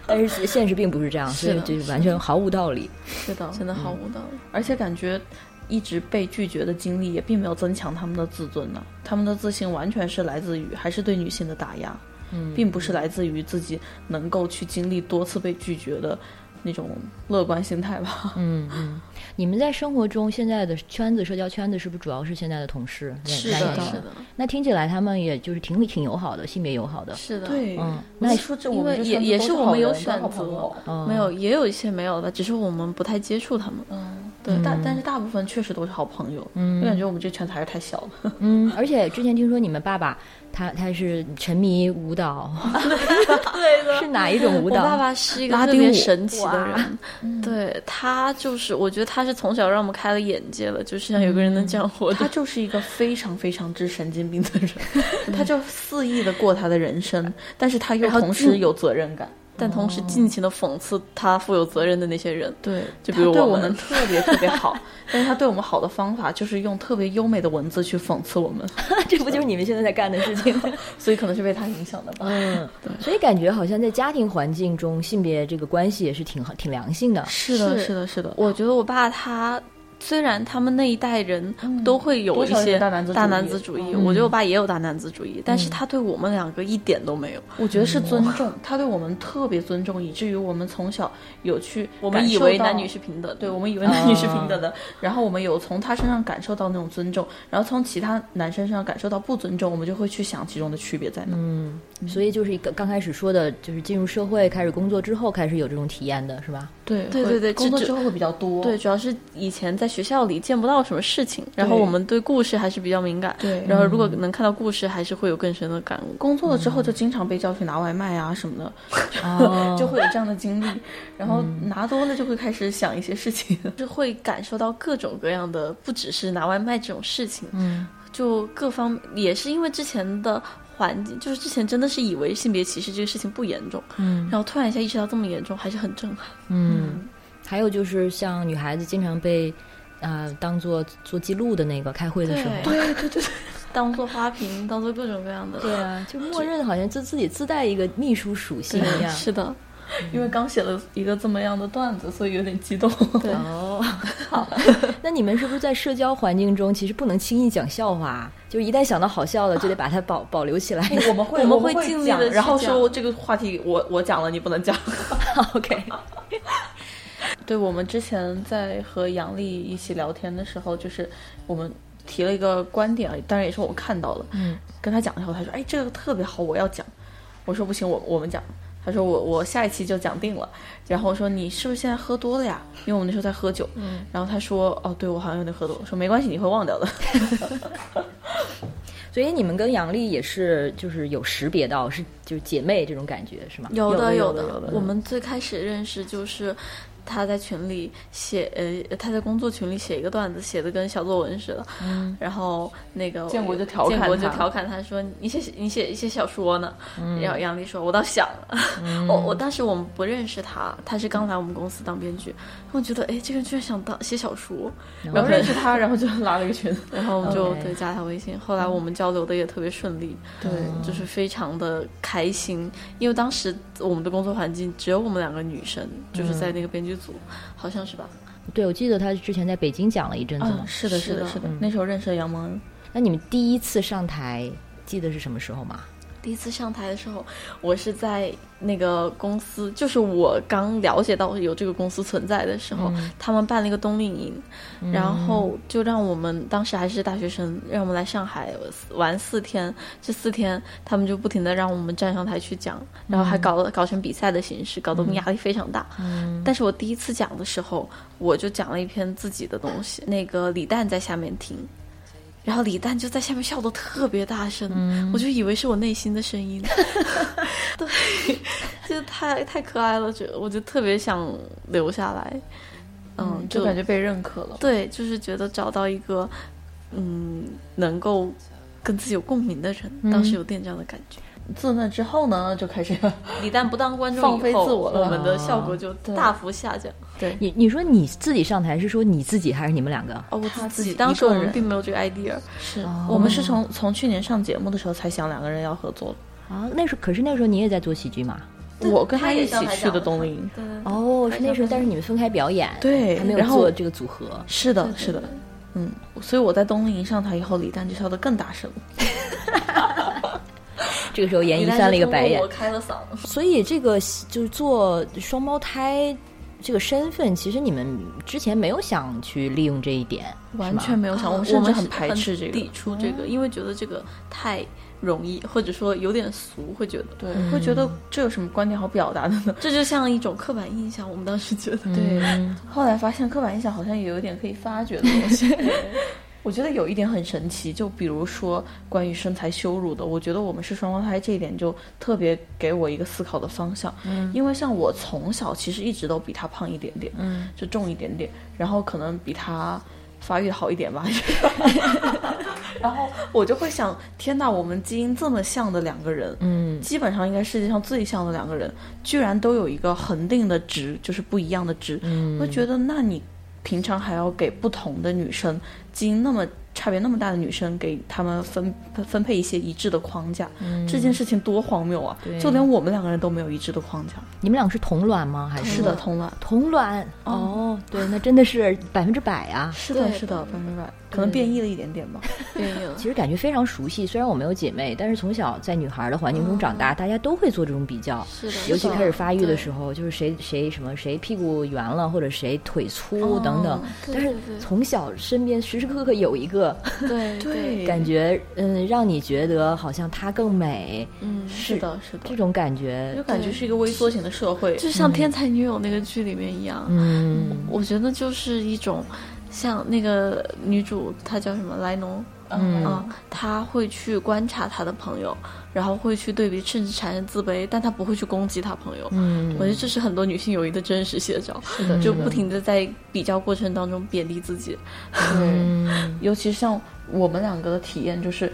但是现实并不是这样，所以的这完全毫无道理。是的，真的嗯毫无道理。而且感觉一直被拒绝的经历也并没有增强他们的自尊呢、他们的自信完全是来自于还是对女性的打压，嗯并不是来自于自己能够去经历多次被拒绝的那种乐观心态吧。嗯嗯，你们在生活中现在的圈子、社交圈子是不是主要是现在的同事？是男的女是的。那听起来他们也就是挺挺友好的，性别友好的。是的，对，嗯那那说这因我们为这也圈子也都是是我好们有人都选好朋择友，嗯没有，也有一些没有的，只是我们不太接触他们。嗯，对，但但是大部分确实都是好朋友。嗯我感觉我们这圈子还是太小了。嗯，而且之前听说你们爸爸他他是沉迷舞 <laughs> 蹈，对的是哪一种舞我蹈？爸爸是一个拉特丁别舞神奇的人，对他就是，我觉得他是从小让我们开了眼界了，就世界上有个人能这样活他着。就是一个非常非常之神经病的人，他就肆意的过他的人生，但是他又然后同自时有责任感。但同时尽情的讽刺他负有责任的那些人，对，就比他如对我我们们特别特别好， <laughs> 但是他对我们好的方法就是用特别优美的文字去讽刺我们， <laughs> 这不就是你们现在在干的事情吗？所以可能是被他影响的吧。嗯，所以感觉好像在家庭环境中，性别这个关系也是挺好、挺良性的。是的，是是的，是的，我觉得我爸他虽然他们那一代人都会有多一少有些点大男子主义主义，我觉得我爸也有大男子主义，但是他对我们两个一点都没有。我觉得是尊重，他对我们特别尊重，以至于我们从小有去我们感以受为到男女是平等的，对，我们以为男女是平等的，然后我们有从他身上感受到那种尊重，然后从其他男生身上感受到不尊重，我们就会去想其中的区别在哪。嗯，所以就是一个刚开始说的，就是进入社会、开始工作之后，开始有这种体验的是吧？对对会对对工作就之后会比较多。对，主要是以前在学校里见不到什么事情，然后我们对故事还是比较敏感。对然后如果能看到故事，还是会有更深的感悟。工作了之嗯后就经常被叫去拿外卖啊什么的， <laughs> 哦就会有这样的经历。然后嗯拿多了就会开始想一些 <laughs> 事情。就是会感受到各种各样的，不只是拿外卖这种事情，嗯，就各方也是因为之前的环境，就是之前真的是以为性别歧视这个事情不严重，嗯然后突然一下意识到这么严重，还是很震撼。嗯，还有就是像女孩子经常被啊、呃当做做记录的那个开会的时候，对对对当做花瓶，当做各种各样的，对啊，就默认好像自自己自带一个秘书属性一样。是的，因为刚写了一个这么样的段子，所以有点激动。 <laughs> 对。哦， <laughs> 好，那你们是不是在社交环境中其实不能轻易讲笑话啊？就一旦想到好笑的，就得把它保保留起来。哎我 <laughs> 们会我们会会尽力讲地去然后讲说这个话题我我讲了，你不能 <laughs> 讲。 OK， <laughs> 对我们之前在和杨丽一起聊天的时候，就是我们提了一个观点，当然也是我看到了，嗯，跟他讲了以后，他说：“哎，这个特别好，我要讲。”我说：“不行，我我们讲。”他说我我下一期就讲定了，然后我说你是不是现在喝多了呀？因为我们那时候在喝酒，嗯，然后他说哦，对我好像有点喝多了，我说没关系，你会忘掉 <laughs> 的。所以你们跟杨丽也是就是有识别到是就是姐妹这种感觉是吗？有的有有的有的我们最开始认识就是他在群里写，呃，他在工作群里写一个段子，写的跟小作文似的。嗯。然后那个建国就调建侃国他嗯就调侃他说：“你写你写你写小说呢？”然后杨丽说：“我倒想了。 <laughs> 我我当时我们不认识他，他是刚来我们公司当编剧，然后觉得哎，这个人居然想当写小说，然后认识他， <laughs> 然后就拉了一个群，然后我们就 OK 对加他微信。后来我们交流的也特别顺利， <laughs> 对就是非常的开心，因为当时我们的工作环境只有我们两个女生，就是在那个编剧组，好像是吧？对，我记得她之前在北京讲了一阵子嘛啊嗯，。是的，是的，是的，嗯那时候认识的杨蒙恩，那你们第一次上台记得是什么时候吗？第一次上台的时候，我是在那个公司，就是我刚了解到有这个公司存在的时候，他们办了一个冬令营，然后就让我们当时还是大学生，让我们来上海玩四天。这四天他们就不停的让我们站上台去讲，然后还搞了搞成比赛的形式，搞得我们压力非常大。嗯但是我第一次讲的时候，我就讲了一篇自己的东西，那个李诞在下面听。然后李诞就在下面笑得特别大声，我就嗯以为是我内心的声音，对，就太太可爱了，就我就特别想留下来，嗯，就感觉被认可了。对，就是觉得找到一个嗯嗯能够跟自己有共鸣的人，当时有点这样的感觉。自那之后呢，就 <laughs> 开始李诞不当观众放以飞后自我了啊我们的效果就对啊大幅下降。对你你说你自己上台是说你自己还是你们两个？哦，我他自自己己一当时我个们人并没有这个 idea，是、哦我们是从从去年上节目的时候才想两个人要合作的，啊，那时候可是那时候你也在做喜剧嘛？ <laughs> 我跟他他也一起上台去讲的了冬令营。 <laughs> 对对对哦，是那时候，但是你们分开表演，对还没有然后做这个组合。是的，是的，嗯，所以我在冬令营上台以后，李诞就笑得更大声了。这个时候，严李艺诞翻了就一个通白过眼我。开了嗓，所以这个就是做双胞胎这个身份，其实你们之前没有想去利用这一点，完全是吗没有想，我我们甚至是很排斥这抵个，嗯触这个，因为觉得这个太容易，或者说有点俗，会觉得对，会觉得这有什么观点好表达的呢？这就像一种刻板印象。我们当时觉得，嗯对，后来发现刻板印象好像也有点可以发掘的东 <laughs> 西。我觉得有一点很神奇，就比如说关于身材羞辱的，我觉得我们是双胞胎这一点就特别给我一个思考的方向。嗯，因为像我从小其实一直都比他胖一点点，嗯，就重一点点，然后可能比他发育好一 <laughs> 点吧。然后我就会想，天呐，我们基因这么像的两个人，嗯基本上应该世界上最像的两个人，居然都有一个恒定的值，就是不一样的值。我觉得，那你平常还要给不同的女生基因那么差别那么大的女生，给她们分分配一些一致的框架，这件事情多荒谬啊对！就连我们两个人都没有一致的框架。你们俩是同卵吗？还是是的，同卵。同卵？哦，对，那真的是百分之百啊！是的，对是的，百分之百，可能变异了一点点吧。变 <laughs> 硬了。其实感觉非常熟悉，虽然我没有姐妹，但是从小在女孩的环境中长大，大家都会做这种比较。是的尤其是的开始发育哦的对时候，就是谁谁什么谁屁股圆了，或者谁腿粗哦等等。对但是对对从小身边时时刻刻有一个对对，对，感觉，嗯，让你觉得好像她更美，嗯，是的，是的这，种感就觉。感觉对是一个微缩型的社 <laughs> 会。就像《天才女友》那个剧里面一样，嗯我觉得就是一种像那个女主她叫什么莱农，嗯啊，他会去观察他的朋友，然后会去对比，甚至产生自卑，但他不会去攻击他朋友。嗯我觉得这是很多女性友谊的真实写照，的就是的不停的在比较过程当中贬低自己。对嗯尤其像我们两个的体验就是，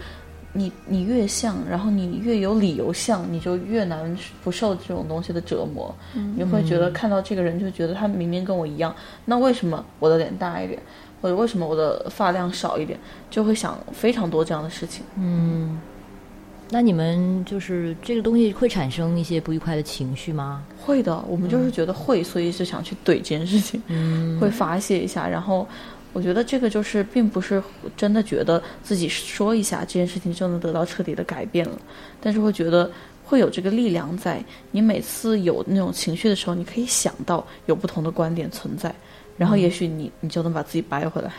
你你越像，然后你越有理由像，你就越难不受这种东西的折磨。你会觉得看到这个人就觉得他明明跟我一样，那为什么我的脸大一点，或者为什么我的发量少一点，就会想非常多这样的事情。嗯。那你们就是这个东西会产生一些不愉快的情绪吗？会的，我们就是觉得会，所以就想去怼这件事情， <laughs> 会发泄一下。然后我觉得这个就是，并不是真的觉得自己说一下这件事情就能得到彻底的改变了，但是会觉得会有这个力量在。你每次有那种情绪的时候，你可以想到有不同的观点存在，然后也许你你就能把自己掰回来。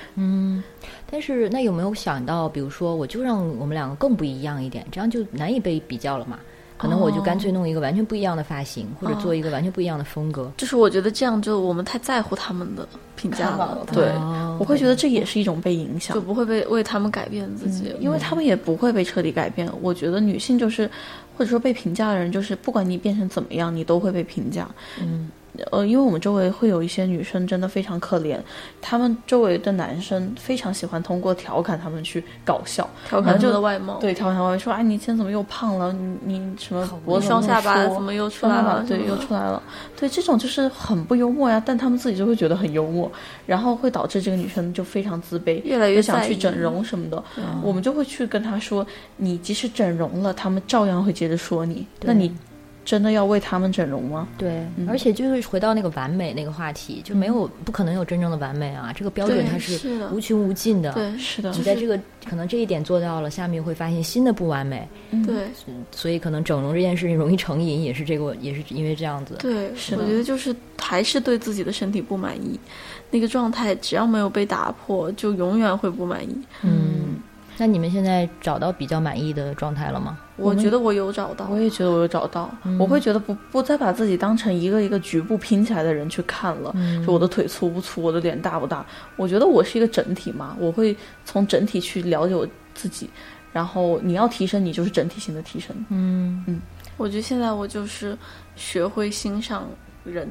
但是那有没有想到，比如说，我就让我们两个更不一样一点，这样就难以被比较了嘛？可能我就哦干脆弄一个完全不一样的发型，或者做一个完全不一样的风格。就是我觉得这样，就我们太在乎他们的评价看法了了，对对哦我会觉得这也是一种被影响就。不会被为他们改变自己。嗯因为他们也不会被彻底改变。我觉得女性就是，或者说被评价的人，就是不管你变成怎么样，你都会被评价。嗯，呃，因为我们周围会有一些女生真的非常可怜，她们周围的男生非常喜欢通过调侃她们去搞笑，调然侃后他们就的外貌，对调侃她们说：“哎，你今天怎么又胖了？你你什么脖你子双那下巴缩怎么又出双来下巴了？嗯对什又么的出来了，对这种就是很不幽默呀，但他们自己就会觉得很幽默，然后会导致这个女生就非常自卑，越来越就想在嗯去意整容什么的。我们就会去跟她说，你即使整容了，他们照样会接着说你，那你真的要为他们整容吗？对，嗯而且就是回到那个完美那个话题，就没有不可能有真正的完美啊，这个标准对它是的无穷无尽的。对是的，你在这个可能这一点做到了，下面会发现新的不完美，嗯嗯对。所以可能整容这件事情容易成瘾，也是这个，也是因为这样子。对，是我的觉得就是还是对自己的身体不满意，那个状态只要没有被打破，就永远会不满意。嗯，那你们现在找到比较满意的状态了吗？我觉得我有找到我，也觉得我有找到，嗯我会觉得不不再把自己当成一个一个局部拼起来的人去看了，嗯就我的腿粗不粗，我的脸大不大，我觉得我是一个整体嘛，我会从整体去了解我自己，然后你要提升，你就是整体性的提升，嗯，我觉得现在我就是学会欣赏人，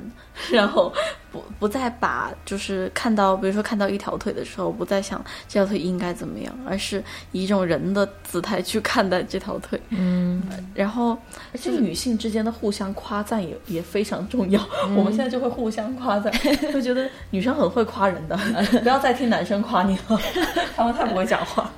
然后不不再把就是看到，比如说看到一条腿的时候，不再想这条腿应该怎么样，而是以一种人的姿态去看待这条腿。呃嗯，然后而且女性之间的互相夸赞也也非常重要。我们现在就会互相夸 <laughs> 赞，会觉得女生很会夸人 <laughs> 的，不要再听男生夸你了， <laughs> 他们太不会讲话。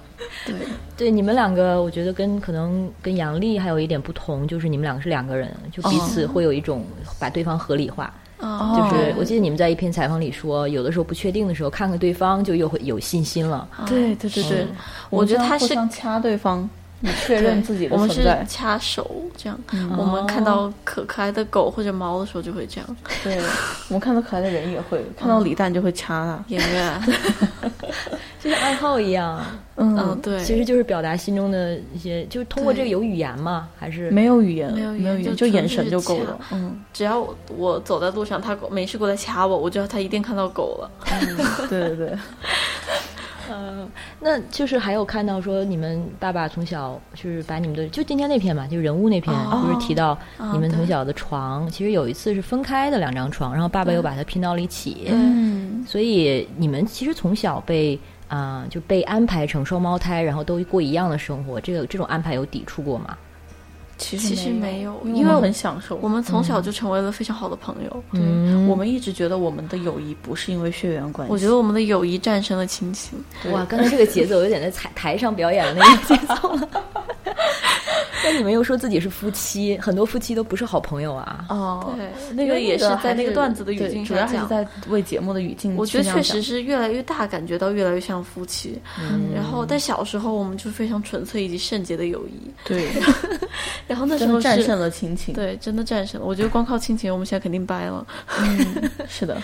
对，你们两个，我觉得跟可能跟杨丽还有一点不同，就是你们两个是两个人，就彼此会有一种把对方合理化。哦就是我记得你们在一篇采访里说，有的时候不确定的时候，看看对方就又会有信心了。啊对嗯对对对，嗯我我觉得他互是相掐对方，以确认自己的我们存是在。掐手这样，我们看到可可爱的狗或者猫的时候就会这样， <laughs> 对，我们看到可爱的人也会，看到李诞就会掐他。演员，就像爱好一样， <laughs> 嗯， <laughs> 对，其实就是表达心中的一些，就是通过对这个有语言嘛，还是没有语言，没没有语言语言，就就眼纯粹神就够掐了。 <laughs> 嗯，只要我我走在路上，他狗没事过来掐我，我觉得他一定看到狗了。对对对，那就是还有看到说你们爸爸从小就是把你们的就今天那篇嘛，就是人物那篇，哦不是提到哦你们对从小的床，其实有一次是分开的两张床，然后爸爸又把它拼到了一起，嗯，所以你们其实从小被啊、就被安排成双胞胎，然后都过一样的生活，这个这种安排有抵触过吗？其其实实没有因因为为我我很享受。我们从小就成为了非常好的朋友。嗯我们一直觉得我们的友谊不是因为血缘关系，我觉得我们的友谊战胜了亲情。哇，刚才这个节奏有点在台台上表演的那个节奏了。但你们又说自己是夫妻，很多夫妻都不是好朋友啊。哦，对，因为那个也是在呃那还个段子的语对境主上要还是讲。在为节目的语境去我觉得那样讲。确实是越来越大，感觉到越来越像夫妻。然后，但小时候我们就非常纯粹以及圣洁的友谊。对， <laughs> 然后那时真候的战是胜了亲情。对，真的战胜了。我觉得光靠亲情，我们现在肯定掰了。是的，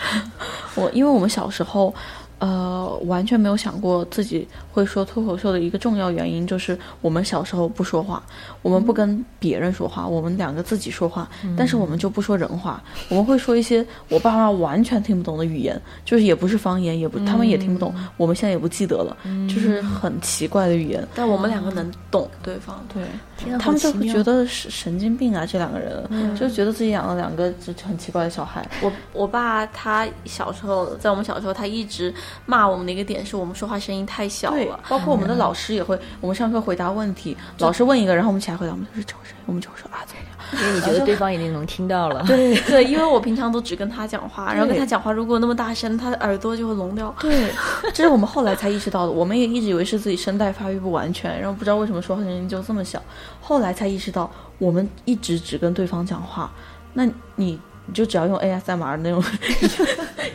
我因为我们小时候，呃，完全没有想过自己会说脱口秀的一个重要原因就是我们小时候不说话，我们嗯不跟别人说话，我们两个自己说话，但是我们就不说人话，我们会说一些我爸妈完全听不懂的语言，就是也不是方言，也不他们也听不嗯懂，我们现在也不记得了，就是很奇怪的语言。但我们两个能懂嗯对方。对，天啊他们就好会奇妙嗯觉得神神经病啊，这两个人、就觉得自己养了两个就很奇怪的小孩。我我爸他小时候，在我们小时候，他一直骂我们的一个点是我们说话声音太小对了，。包括嗯我们的老师也会，我们上课回答问题，老师问一个，然后我们起来回答，我们就是这个声音，我们就会说啊怎么样？因为你觉得对方一定能听到了。对 <laughs> 对，因为我平常都只跟他讲话，然后跟对他讲话，如果那么大声，他的耳朵就会聋掉。对，这是我们后来才意识到的。我们也一直以为是自己声带发育不完全，然后不知道为什么说话声音就这么小。后来才意识到，我们一直只跟对方讲话，那你你就只要用 ASMR 那种 <laughs>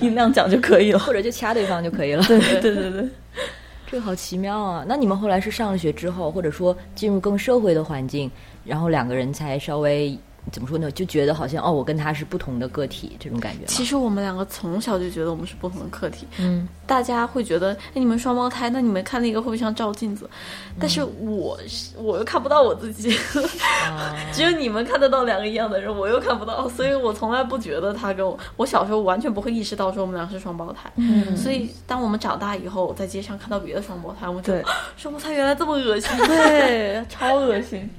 音量讲就可以了。 <laughs> 或者就掐对方就可以了。对对对对，这个好奇妙啊！那你们后来是上了学之后，或者说进入更社会的环境，然后两个人才稍微怎么说呢？就觉得好像哦，我跟他是不同的个体，这种感觉吗。其实我们两个从小就觉得我们是不同的课题，嗯，大家会觉得，哎，你们双胞胎，那你们看那个会不会像照镜子？嗯但是我是我又看不到我自己，啊 <laughs> 只有你们看得到两个一样的人，我又看不到，所以我从来不觉得他跟我。我小时候完全不会意识到说我们俩是双胞胎，嗯，所以当我们长大以后，我在街上看到别的双胞胎，我觉得对双胞胎原来这么恶心， <laughs> 对，超恶心。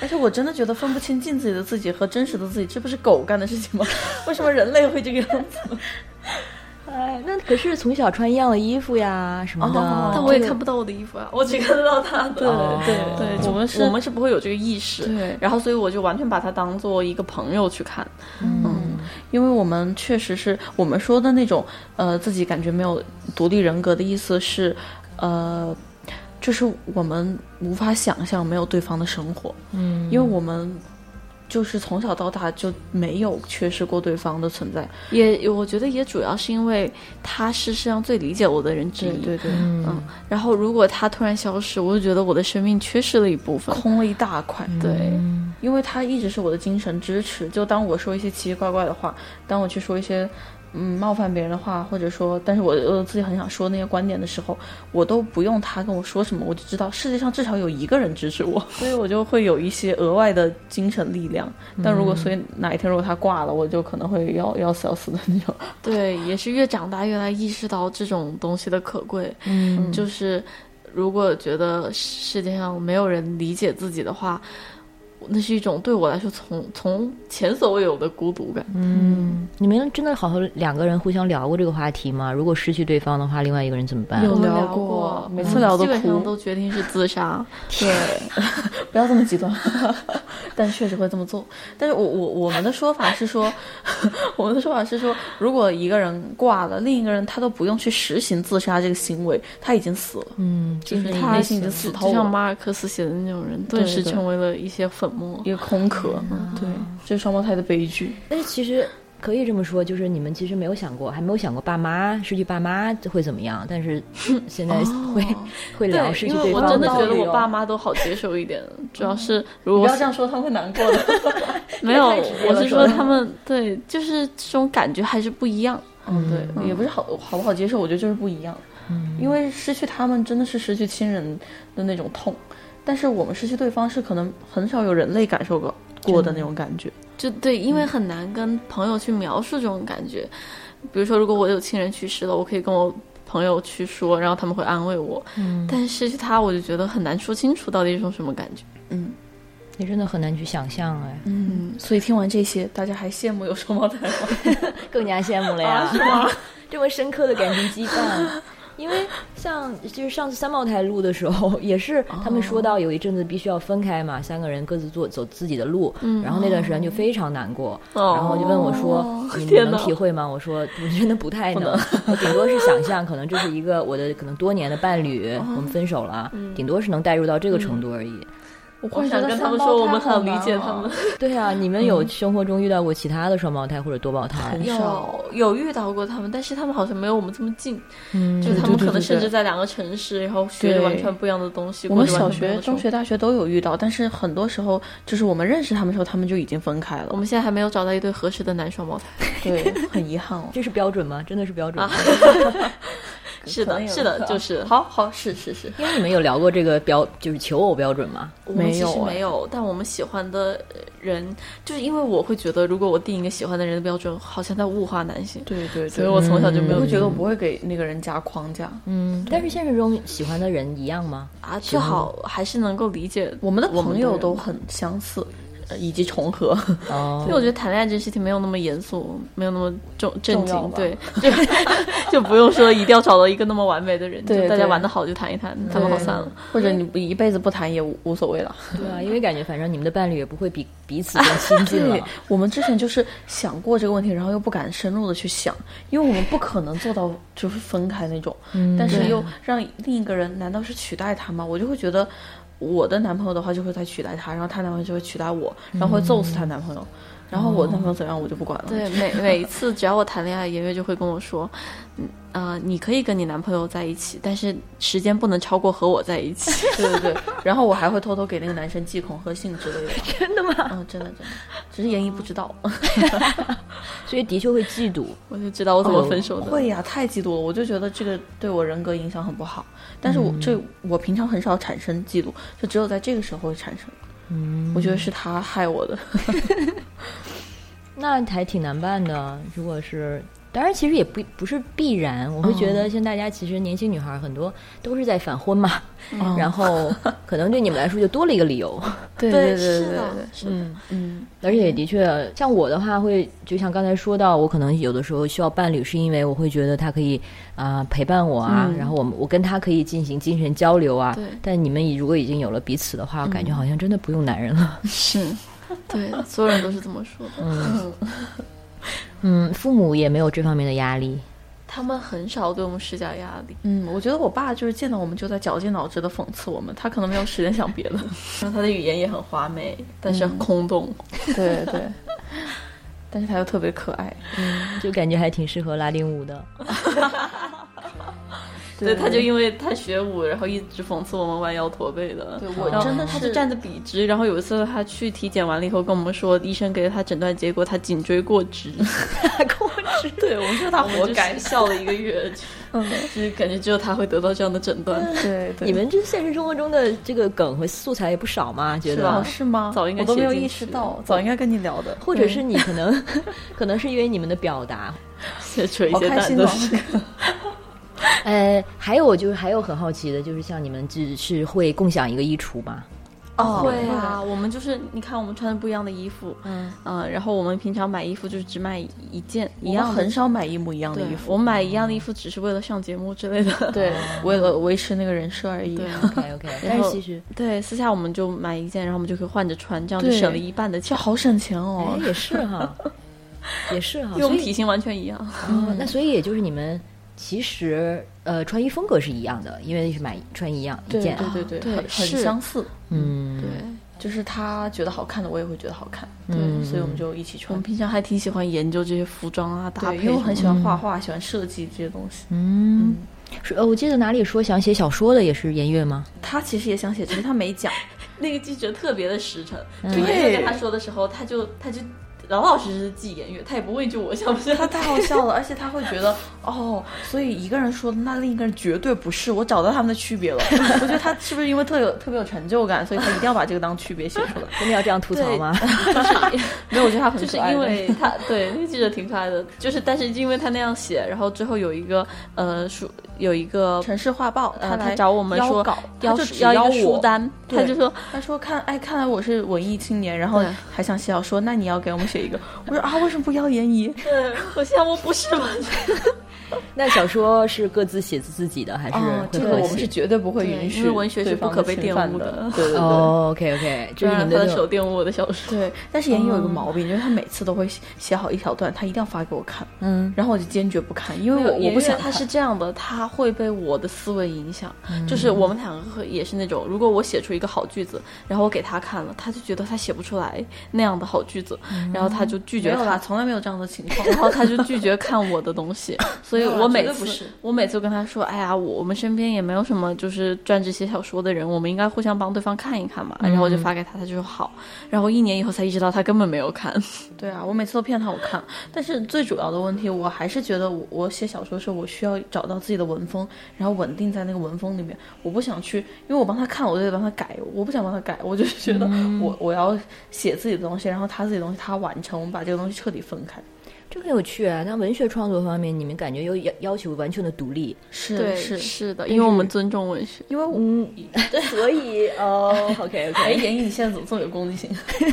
而且我真的觉得分不清镜子里的自己和真实的自己，这不是狗干的事情吗？为什么人类会这个样子？哎，那可是从小穿一样的衣服呀什么的，哦但我也看不到我的衣服啊，我只看得到他的。哦对对， <laughs> 对，就我们是我们是不会有这个意识，对然后所以我就完全把它当做一个朋友去看，因为我们确实是我们说的那种，呃，自己感觉没有独立人格的意思是，呃，就是我们无法想象没有对方的生活，嗯，因为我们就是从小到大就没有缺失过对方的存在。也我觉得也主要是因为他是世上最理解我的人之一。对，嗯，然后如果他突然消失，我就觉得我的生命缺失了一部分。空了一大块。对，因为他一直是我的精神支持。就当我说一些奇奇怪怪的话，当我去说一些嗯冒犯别人的话，或者说，但是我我自己很想说那些观点的时候，我都不用他跟我说什么，我就知道世界上至少有一个人支持我， <laughs> 所以我就会有一些额外的精神力量。但嗯如果所以哪一天如果他挂了，我就可能会要要死要死的那种。 <laughs> 对，也是越长大越来意识到这种东西的可贵。嗯就是如果觉得世界上没有人理解自己的话，那是一种对我来说从从前所未有的孤独感。嗯，你们真的好像两个人互相聊过这个话题吗？如果失去对方的话，另外一个人怎么办？有我们聊聊过过，每次聊都嗯基本上哭都决定是自 <laughs> 杀。不要这么极端，但确实会这么做。但是我我我们的说法是说， <laughs> 我们的说法是说，如果一个人挂了，另一个人他都不用去实行自杀这个行为，他已经死了。嗯，就是是他内心已经死就透像了，马尔克斯写的那种人，顿时对成为了一些粉末一。个空壳。嗯，对，这是双胞胎的悲剧。但是其实可以这么说，就是你们其实没有想过，还没有想过爸妈失去爸妈会怎么样，但是 <laughs> 现在会、会聊失去哦因为我方真的哦的哦觉得理我由爸妈都好接受一点，主嗯要是如不果要这样说，他会难过的。没有太直接，我了是说说的他们对，就是这种感觉还是不一样。嗯，对，也不是好好不好接受，我觉得就是不一样。因为失去他们真的是失去亲人的那种痛，但是我们失去对方是可能很少有人类感受过过的那种感觉。就对，因为很难跟朋友去描述这种感觉。比如说，如果我有亲人去世了，我可以跟我朋友去说，然后他们会安慰我。嗯，但失去他，我就觉得很难说清楚到底是一种什么感觉。你真的很难去想象哎，所以听完这些，大家还羡慕有双胞胎吗？更加羡慕了呀，啊是吗？ <laughs> 这么深刻的感情羁绊。因为像就是上次三胞胎录的时候，也是他们说到有一阵子必须要分开嘛，三个人各自做走自己的路，然后那段时间就非常难过，哦然后就问我说：“你天能哪体会吗？”我 <laughs> 说：“我真的不太能，我顶多是想象，可能这是一个我的可能多年的伴侣，我们分手了，顶多是能代入到这个程度而已。” <laughs> 我我忽然觉想得跟他们双胞说，我胎们好很理难解啊他们。对啊，你们有生活中遇到过其他的双胞胎或者多胞胎？有有遇到过他们，但是他们好像没有我们这么近，嗯，就他对们对可能对甚对至在两个城市，然后学着对完全不一样的东西。我们过着小完全不一样学、的中生活学、大学都有遇到，但是很多时候就是我们认识他们的时候，他们就已经分开我了。 <laughs> 们现在还没有找到一对合适的男双胞胎。对，很遗憾哦。这是标准吗？真的是标准吗？是可的，能有是可的，能就是好好是是是，因为你们有聊过这个标，就是求偶标准吗？我们没其有实哎没有，但我们喜欢的人，就是因为我会觉得，如果我定一个喜欢的人的标准，好像在物化男性，对对嗯所以对，我从小就没我有会觉觉得得我不会给那个人加框架。嗯，但是现实中喜欢的人一样吗？啊，最好还是能够理解我们的朋友人都很相似，呃以及重合。哦因为我觉得谈恋爱这件事情没有那么严肃，没有那么重正重要经，吧对，就 <laughs> 就不用说一定要找到一个那么完美的人，对就大家对玩的好就谈一谈，谈不好散了。或者你不一辈子不谈也无无所谓 <laughs> 了。对啊，因为感觉反正你们的伴侣也不会比彼此更亲近 <laughs> 了。我们之前就是想过这个问题，然后又不敢深入的去想，因为我们不可能做到就是分开那种，嗯但是又让另一个人，难道是取代他吗？我就会觉得。我的男朋友的话就会他取代他，然后她男朋友就会取代我，然后会揍死她男朋友，然后我男朋友怎样我就不管了。对，每每一次只要我谈恋爱，颜悦就会跟我说，嗯啊、你可以跟你男朋友在一起，但是时间不能超过和我在一起。 <laughs> 对对对，然后我还会偷偷给那个男生寄恐吓信之类的。 <laughs> 真的吗？嗯，真的真的，只是严一不知道。所以的确会嫉妒。我就知道我怎么分手的。哦会呀、太嫉妒了，我就觉得这个对我人格影响很不好。但是我、这我平常很少产生嫉妒，就只有在这个时候会产生。嗯，我觉得是他害我的。那还挺难办的。如果是，当然其实也不不是必然，我会觉得现在大家其实年轻女孩儿很多都是在反婚嘛，然后可能对你们来说就多了一个理由。 <laughs> 对对对是对的对对，嗯是嗯的。而且也的确，像我的话会，就像刚才说到，我可能有的时候需要伴侣，是因为我会觉得他可以啊、陪伴我啊，然后我们我跟他可以进行精神交流啊对。但你们已如果已经有了彼此的话，感觉好像真的不用男人了。 <laughs> 是，对，所有人都是这么说的。嗯，父母也没有这方面的压力。他们很少对我们施加压力，嗯，我觉得我爸就是见到我们就在绞尽脑汁的讽刺我们，他可能没有时间想别的。然后他的语言也很华美，但是很空洞。 <laughs> 对对，但是他又特别可爱。就感觉还挺适合拉丁舞的。对，他就因为他学舞，然后一直讽刺我们弯腰驼背的。对我然后真的他是就站得笔直，然后有一次他去体检完了以后跟我们说，医生给了他诊断结果，他颈椎过直， <laughs> 过直， <laughs> 对我们说他活该，笑了一个月，嗯， <laughs> 就是感觉只有他会得到这样的诊断，对对，你们这现实生活中的这个梗和素材也不少嘛，觉是得吧哦。是吗？早应该我都没有写进意识去到，早应该跟你聊的。或者是你可能， <laughs> 可能是因为你们的表达，些垂好些开蛋心都哦！是。呃，还有就是还有很好奇的，就是像你们只是会共享一个衣橱吗？ <laughs> <laughs> 哦，会会 <laughs> 啊，我们就是你看我们穿的不一样的衣服，嗯，嗯，然后我们平常买衣服就是只买一件一一样样的很少买一模一样的对衣服，我们买一样的衣服只是为了上节目之类的。 <laughs> 对，为了维持那个人设而已。 <laughs> 对 OK OK，但然是后其实对，私下我们就买一件，然后我们就可以换着穿，这样就对省了一半的钱这，好省钱哎哦，也是哈， <laughs> 也是哈，因为我所们以体型完全一样。嗯哦，那所以也就是你们其实呃穿衣风格是一样的，因为是买穿一样一对件，啊对对对很很是相似。嗯，对，就是他觉得好看的，我也会觉得好看，嗯所以我们就一起我穿们。平常还挺喜欢研究这些服装啊搭对，配因什么的，为我很喜欢画画，喜欢设计这些东西。嗯，是呃，我记得哪里说想写小说的也是颜悦吗？他其实也想写，只是他没讲。那个记者特别的实诚，嗯就颜悦跟他说的时候，他就他就老老实实记颜悦，他也不问就我想不想 <laughs> 他太好笑了，而且他会觉得哦，所以一个人说的那另一个人绝对不是，我找到他们的区别了。 <laughs> 我觉得他是不是因为特有特别有成就感，所以他一定要把这个当区别写出来？真的要这样吐槽 <laughs> 吗？ <laughs> 没有，我觉得他很就是可爱因的为 <laughs> 他对那个记者挺可爱的，就是但是因为他那样写，然后最后有一个呃书有一个城市画报，呃来他找我们邀说稿，要他就只要一个我书，单，他对就说他说看哎，看来我是文艺青年，然后对还想写小说，那你要给我们写一个。我说啊，为什么不邀闫妮？对，我想我不是嘛，那小说是各自写自自己的，还是哦，会这个合我们是写？绝对不会对允许因为文学是对不方可的被侵玷犯污的的对对对。哦，OK OK，不就是你然们 <laughs> 他的的那手种玷污我的小说。哦对，但是闫妮有一个毛病，就是她每次都会写写好一小段，她一定要发给我看，嗯然后我就坚决不看，因为因为我我我我不不想想看嗯他是这样的，他会被我的思维影响。就是我们两个会也是那种，如果我写出一个好句子，然后我给他看了，他就觉得他写不出来那样的好句子，然后他就拒嗯没绝有啦，看，从来没有这样的情况。然后他就拒绝看我的东西。所以没有啦我每绝对不次是我每次跟他说，哎呀，我我们身边也没有什么就是撰这些小说的人，我们应该互相帮对方看一看嘛。嗯然后我就发给他，他就说好。然后一年以后才意识到他根本没有看。对啊，我每次都骗他我看，但是最主要的问题，我还是觉得我我写小说的时候，我需要找到自己的文风，然后稳定在那个文风里面。我不想去，因为我帮他看，我就得帮他改，我不想帮他改，我就是觉得我、我要写自己的东西，然后他自己的东西他完成，我们把这个东西彻底分开。这很有趣啊。那文学创作方面，你们感觉有要要求完全的独立？<laughs> 是是是，是的，因为我们尊重文学。因为我 <laughs> 嗯，所以 <laughs> 哦，OK 哎， OK，严艺，你现在怎么这么有攻击性？ <laughs>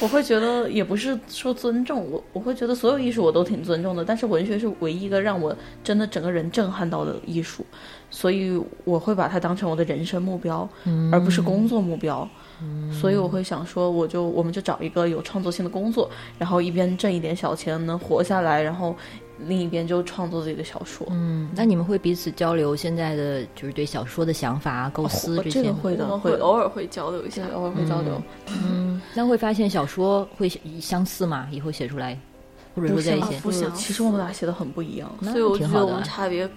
我会觉得也不是说尊重，我我会觉得所有艺术我都挺尊重的，但是文学是唯一一个让我真的整个人震撼到的艺术，所以我会把它当成我的人生目标，嗯而不是工作目标。所以我会想说，我就我们就找一个有创作性的工作，然后一边挣一点小钱能活下来，然后另一边就创作自己的小说。嗯，那你们会彼此交流现在的就是对小说的想法、啊构思哦这这些个吗？会我的，们会会的偶尔会交流一下对，偶尔会交流。嗯，那会发现小说会相似吗？以后写出来，或者说在一不些嗯啊相，不相其实我们俩写的很不一样。那所以我挺觉好得的我们啊。差别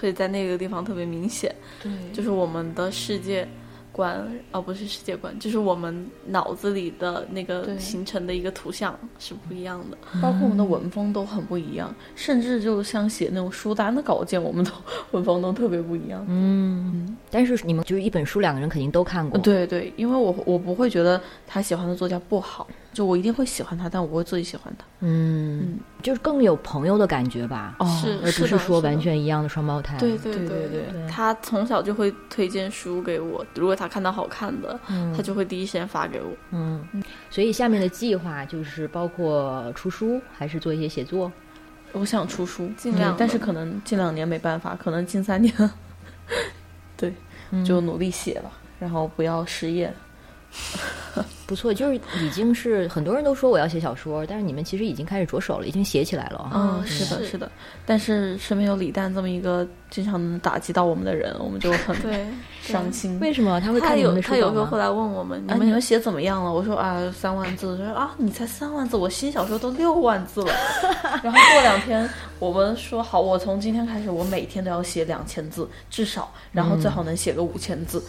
会在那个地方特别明显，对，就是我们的世界观，而、不是世界观，就是我们脑子里的那个对形成的一个图像是不一样的。包括我嗯们的文风都很不一样，甚至就像写那种书单的稿件，我们都文风都特别不一样。嗯，但是你们就是一本书，两个人肯定都看过。对对，因为我我不会觉得他喜欢的作家不好，就我一定会喜欢他，但我不会自己喜欢他。嗯，就是更有朋友的感觉吧，哦是而不的说的完全一样的双胞胎。对对对对对对他从小就会推荐书给我，如果他看到好看的，他就会第一时间发给我。嗯，所以下面的计划就是包括出书，还是做一些写作。我想出书，尽量嗯对但吧是可能近两年没办法，可能近三年，对，嗯就努力写吧，然后不要失业。不错，就是已经是很多人都说我要写小说，但是你们其实已经开始着手了，已经写起来了啊。嗯，嗯是的，是是的。但是身边有李诞这么一个经常能打击到我们的人，我们就很对，伤心。为什么他会他看你们有的书他有稿时候吗会？来问我哎们，你啊，们你们写怎么样了？我说啊，三万字。他说啊，你才三万字，我新小说都六万字 <laughs> 了。然后过两天，我们说好，我从今天开始，我每天都要写两千字至少，然后嗯最好能写个五千字。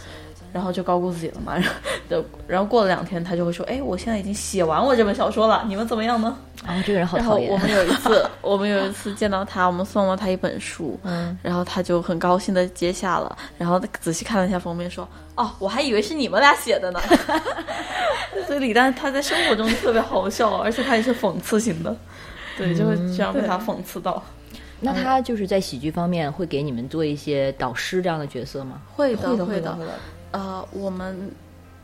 然后就高估自己了嘛，然 <laughs> 后对然后过了两天，他就会说：“哎，我现在已经写完我这本小说了，你们怎么样呢啊，这个人好然后讨我厌。们 <laughs> 有一次，我们有一次见到他，我们送了他一本书，嗯，然后他就很高兴的接下了，然后仔细看了一下封面，说：“哦，我还以为是你们俩写的呢。？” <laughs> 所以李诞他在生活中特别好笑，而且他也是讽刺型的，嗯对，就会这样被他讽刺到。那他就是在喜剧方面会给你们做一些导师这样的角色吗？ <laughs> 会会的，会的，会的。呃，我们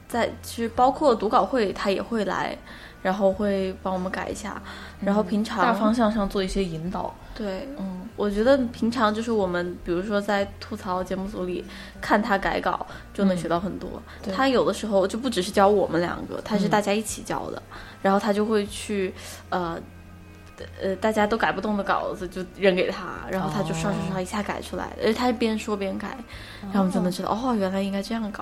在其实包括读稿会他也会来，然后会帮我们改一下，然后平常、大方向上做一些引导。对，嗯，我觉得平常就是我们，比如说在吐槽节目组里看他改稿，就能学到很多。对他有的时候就不只是教我们两个，他是大家一起教的，然后他就会去，呃。呃，大家都改不动的稿子就扔给他，然后他就刷刷刷一下改出来，而且他是边说边改，然后我们就能知道哦，原来应该这样搞。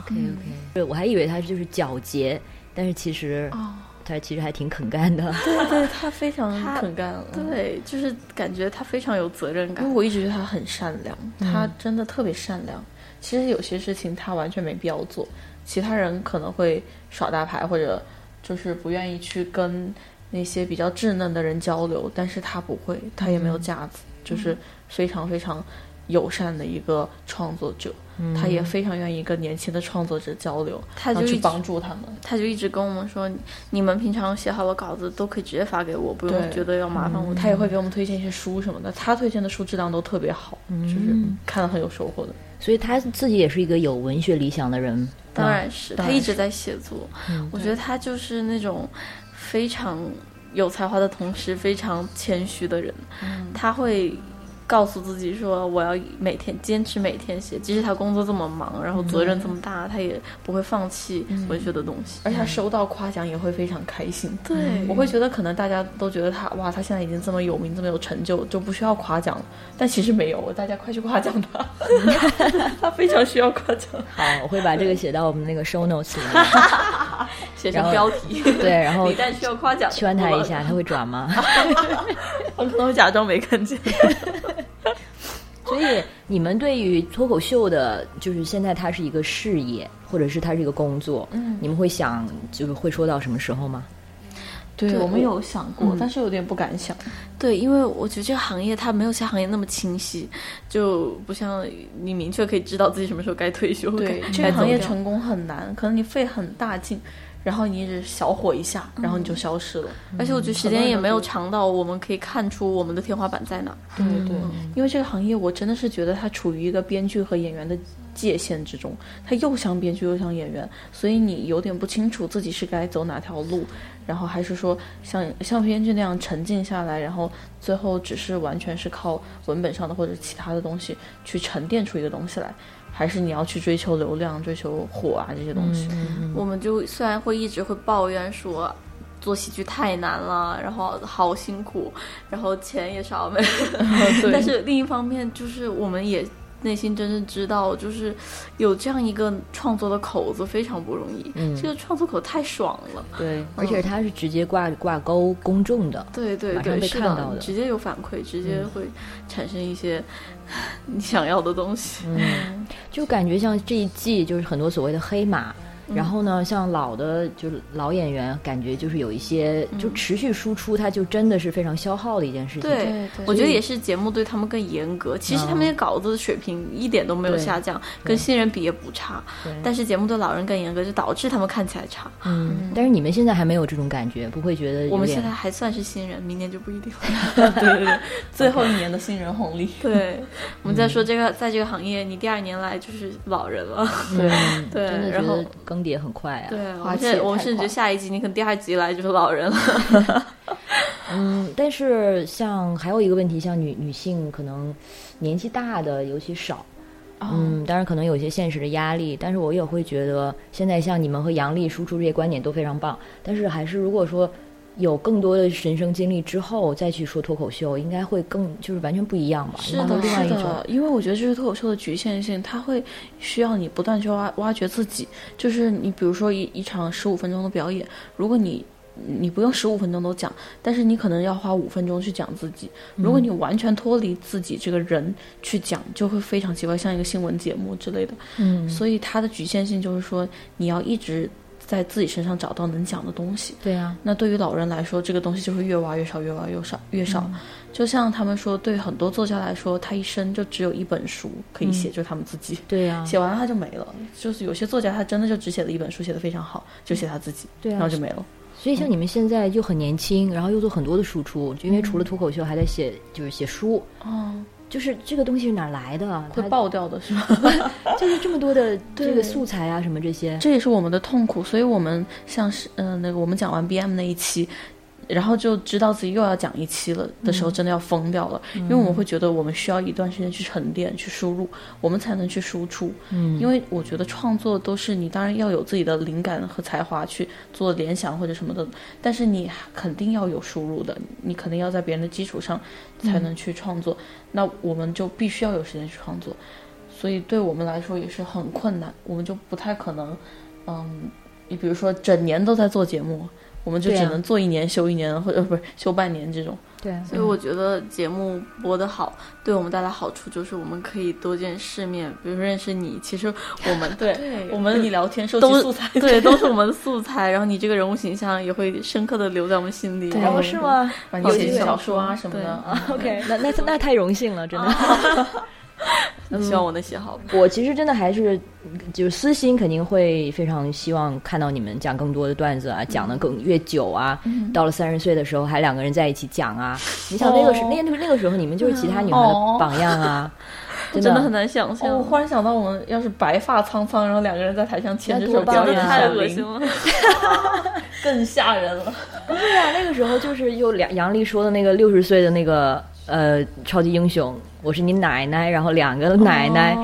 OK OK，对嗯我还以为他就是皎洁，但是其实哦，他其实还挺肯干 <laughs> 的。对对，他非常他肯干。嗯对，就是感觉他非常有责任因为感。我一直觉得他很善良，他真的特别善良。其实有些事情他完全没必要做，其他人可能会耍大牌或者就是不愿意去跟那些比较稚嫩的人交流，但是他不会，他也没有架子，就是非常非常友善的一个创作者。嗯他也非常愿意跟年轻的创作者交流，他然后就去一直帮嗯助他们。他就一直跟我们说，你们平常写好了稿子都可以直接发给我，不对用觉得要麻烦我。他也会给我们推荐一些书什么的，他推荐的书质量都特别好，就是看了很有收获的。所以他自己也是一个有文学理想的人。嗯当然是，当他然一直在写作。我觉得他就是那种非常有才华的同时，非常谦虚的人。他会告诉自己说，我要每天坚持每天写，即使他工作这么忙，然后责任这么大，他也不会放弃文学的东西。而且嗯他收到夸奖也会非常开心。对我会觉得可能大家都觉得他哇，他现在已经这么有名，这么有成就，就不需要夸奖了。但其实没有，大家快去夸奖 <laughs> 他，他非常需要夸奖。好，我会把这个写到我们那个 show notes 里 <laughs> 面。写然成后标题，对，然 <laughs> 后李诞需要夸奖，圈他一下，他会转 <laughs> 吗？我可能会假装没看见。所以你们对于脱口秀的，就是现在它是一个事业，或者是它是一个工作，嗯，你们会想就是会说到什么时候吗？ <laughs> 对对我们有想过，嗯但是有点不敢想。对，因为我觉得这个行业它没有其他行业那么清晰，就不像你明确可以知道自己什么时候该退休。对，该这个该行业走掉成功很难，可能你费很大劲，然后你一直小火一下，然后你就消失了。而且我觉得时间也没有长到我们可以看出我们的天花板在哪。对对，因为这个行业，我真的是觉得它处于一个编剧和演员的界限之中，它又像编剧又像演员，所以你有点不清楚自己是该走哪条路，然后还是说像像编剧那样沉静下来，然后最后只是完全是靠文本上的或者其他的东西去沉淀出一个东西来，还是你要去追求流量、追求火啊这些东西。嗯我们就虽然会一直会抱怨说做喜剧太难了，然后好辛苦，然后钱也少 <laughs> 没，对但是另一方面就是我们也。内心真正知道，就是有这样一个创作的口子非常不容易。嗯这个创作口太爽了，对，而且它是直接挂挂钩公众的，对对马上对，被是看到的嗯直接有反馈，直接会产生一些 <laughs> 你想要的东西。嗯嗯就感觉像这一季就是很多所谓的黑马。嗯然后呢，像老的就是老演员，感觉就是有一些嗯就持续输出，它就真的是非常消耗的一件事情。 <laughs> 对对对我觉得也是节目对他们更严格。其实他们的稿子水平一点都没有嗯对下降，跟新人比也不差。但是节目对老人更严格，就导致他们看起来差。嗯，但是你们现在还没有这种感觉，不会觉得有我们点现在还算是新人，明年就不一定 <laughs> 了。对对对，最后一年的新人红利。对， <laughs> 我们在嗯说这个，在这个行业，你第二年来就是老人了。对，对真的，觉然后得更迭很快啊。对，我花们期也甚我们太甚至快觉得下一集，你可能第二集来就是老人了。嗯，但是像还有一个问题，像女女性可能年纪大的尤其少，哦嗯，当然可能有一些现实的压力，但是我也会觉得现在像你们和杨丽输出这些观点都非常棒，但是还是如果说有更多的人生经历之后再去说脱口秀，应该会更就是完全不一样吧，是应该的会哦另外一是种。的，因为我觉得这是脱口秀的局限性，它会需要你不断去挖挖掘自己。就是你比如说一一场十五分钟的表演，如果你你不用十五分钟都讲，但是你可能要花五分钟去讲自己。嗯如果你完全脱离自己这个人去讲，就会非常奇怪，像一个新闻节目之类的。嗯，所以它的局限性就是说，你要一直在自己身上找到能讲的东西。对啊，那对于老人来说，这个东西就会越挖越少，越挖越少，越少。嗯就像他们说，对很多作家来说，他一生就只有一本书可以嗯写，就他们自己。对啊，写完了他就没了，就是有些作家他真的就只写了一本书，写的非常好，就写他自己，对啊然后就没了。所以像你们现在又很年轻，然后又做很多的输出，就因为除了脱口秀还在写就是写书，嗯哦，就是这个东西是哪儿来的？会它爆掉的是吧？就是这么多的这个 <laughs> 对素材啊，什么这些，这也是我们的痛苦，所以我们像是嗯、呃那个我们讲完 BM 那一期，然后就知道自己又要讲一期了的时候，真的要疯掉了，因为我们会觉得我们需要一段时间去沉淀、去输入，我们才能去输出。嗯因为我觉得创作都是你当然要有自己的灵感和才华去做联想或者什么的，但是你肯定要有输入的，你肯定要在别人的基础上才能去创作。那我们就必须要有时间去创作，所以对我们来说也是很困难，我们就不太可能，嗯，你比如说整年都在做节目，我们就对啊只能做一年休一年，或者不是休半年这种。对，啊所以我觉得节目播得好，对我们带来好处就是我们可以多见世面，比如说认识你。其实我 <laughs> 们对我们你聊天收集都素材，对，都是我们的素材。然后你这个人物形象也会深刻的留在我们心里。然后哦，是吗？把你有写机写会小说啊什么的啊。 OK，那那那太荣幸了，真的。希望我能写好。我其实真的还是，就是私心肯定会非常希望看到你们讲更多的段子啊，讲的更越久啊。到了三十岁的时候，还两个人在一起讲啊。你想那个时那那个那个时候，你们就是其他女孩的哦榜样啊，真真的的很。难想象，哦，我忽然想到，我们要是白发苍苍，然后两个人在台上牵着那多手棒啊表真演的太小恶心林， <laughs> 了。更吓人了。对啊，那个时候就是又梁杨丽说的那个六十岁的那个呃超级英雄，我是你奶奶，然后两个奶奶。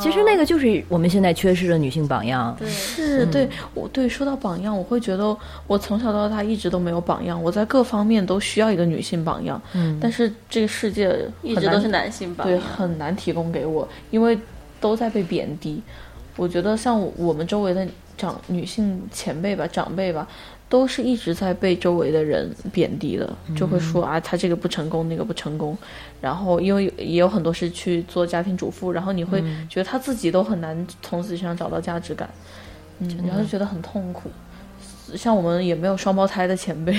其实那个就是我们现在缺失的女性榜样。对，是对我对说到榜样，我会觉得我从小到大一直都没有榜样，我在各方面都需要一个女性榜样，嗯，但是这个世界一很直都难是男性吧？对，很难提供给我，因为都在被贬低。我觉得像我我们周围的长女性前辈吧、长辈吧，都是一直在被周围的人贬低的，就会说啊，她这个不成功，那个不成功。然后因为有也有很多是去做家庭主妇，然后你会觉得她自己都很难从自己身上找到价值感，嗯，然后就觉得很痛苦。像我们也没有双胞胎的前辈，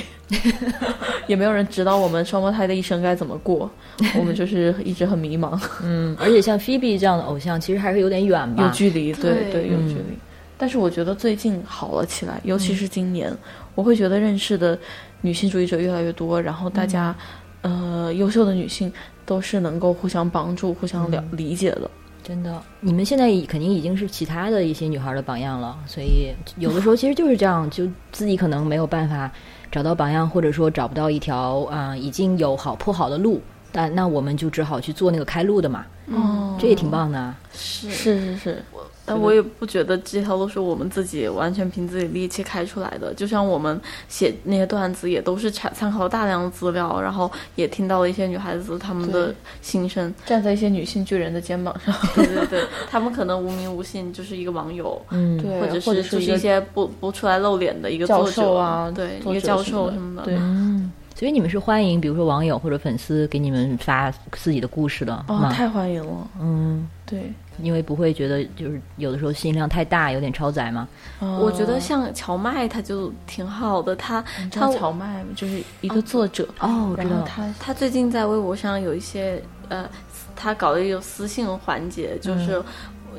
<laughs> 也没有人指导我们双胞胎的一生该怎么过，我们就是一直很迷茫，嗯，而且像 Phoebe 这样的偶像，其实还是有点远吧。有距离，对对对，有嗯距离。但是我觉得最近好了起来，尤其是今年，我会觉得认识的女性主义者越来越多，然后大嗯家，呃，优秀的女性都是能够互相帮助、互相了、嗯理解的。真的，你们现在已肯定已经是其他的一些女孩的榜样了，所以有的时候其实就是这样，就自己可能没有办法找到榜样，或者说找不到一条啊、已经有好铺好的路，但那我们就只好去做那个开路的嘛，嗯，哦这也挺棒的啊。是是是是，但我也不觉得这条路是我们自己完全凭自己力气开出来的。就像我们写那些段子，也都是参参考了大量的资料，然后也听到了一些女孩子她们的对心声。站在一些女性巨人的肩膀上，对对对， <laughs> 她们可能无名无姓，就是一个网友，嗯，对，或者或者就是一一个些不不出来露脸的一个教作者授啊，对，作一个者教什么授的什么的，对，嗯所以你们是欢迎，比如说网友或者粉丝给你们发自己的故事的哦，吗？太欢迎了，嗯，对，因为不会觉得就是有的时候信量太大，有点超载嘛。我我觉得像荞麦，她就挺好的，她知她道荞麦吗就是一个作者，哦然后他他最近在微博上有一些呃，他搞了一种私信环节，嗯就是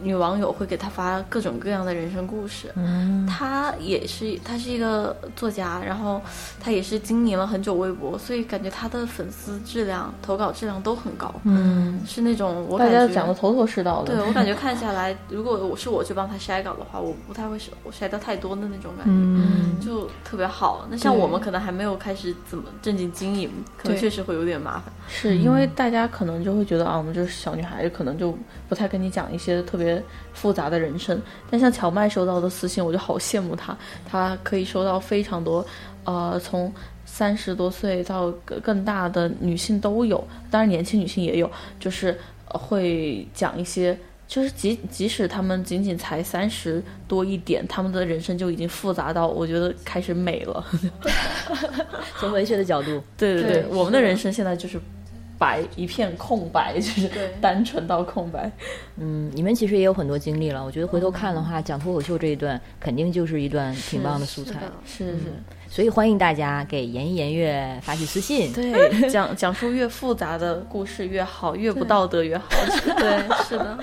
女网友会给他发各种各样的人生故事。嗯，他也是，他是一个作家，然后他也是经营了很久微博，所以感觉他的粉丝质量、投稿质量都很高，嗯，是那种我大感家觉讲的头头是道的，对我感觉看下来，如果我是我去帮他筛稿的话，我不太会筛我筛掉太多的那种感觉。嗯就特别好。那像对我们可能还没有开始怎么正经经营，可能对确实会有点麻烦。 <laughs> 是嗯因为大家可能就会觉得啊，我们就是小女孩，可能就不太跟你讲一些特别复杂的人生。但像荞麦收到的私信，我就好羡慕她，她可以收到非常多，呃，从三十多岁到更更大的女性都有，当然年轻女性也有，就是呃会讲一些。就是即即使她们仅仅才三十多一点，她们的人生就已经复杂到我觉得开始美了。从文学的角度，对对对，我们是的的人生现在就是白一片空白， <laughs> 就是对单纯到空白。嗯，你们其实也有很多经历了。我觉得回头看的话，讲脱口秀这一段肯定就是一段挺棒的素材，是是，所以欢迎大家给言一言月发起私信。对，哎讲讲述越复杂的故事越好，越不道德越好。 <laughs> 对，是的，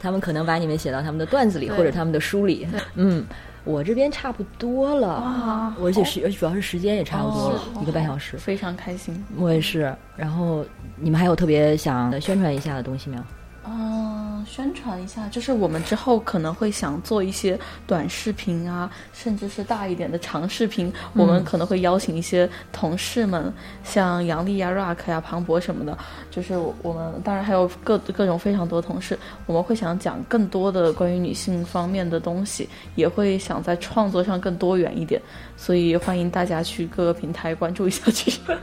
他们可能把你们写到他们的段子里对哦或者他们的书里。嗯，我这边差不多啊了，而且时主要是时间也差不多了，一个半小时。非常开心。我也是。然后你们还有特别想宣传一下的东西没有？嗯，宣传一下，就是我们之后可能会想做一些短视频啊，甚至是大一点的长视频。我们可能会邀请一些同事们，像杨丽呀、Rock 呀、庞博什么的。就是我我们当然还有各各种非常多同事，我们会想讲更多的关于女性方面的东西，也会想在创作上更多元一点。所以欢迎大家去各个平台关注一下这个。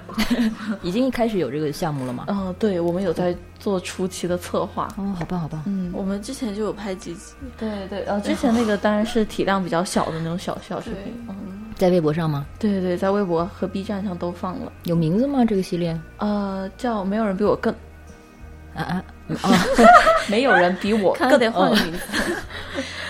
已经开始有这个项目了吗？ <laughs> 嗯，对，我们有在做初期的策划。哦，好棒，好棒！嗯，我们之前就有拍几集，对对，呃，之前那个当然是体量比较小的那种小小视频，嗯，在微博上吗？对对对，在微博和 B 站上都放了，有名字吗？这个系列？呃，叫没有人比我更，啊啊！没有人比 <laughs> 我看来更，得换个名字。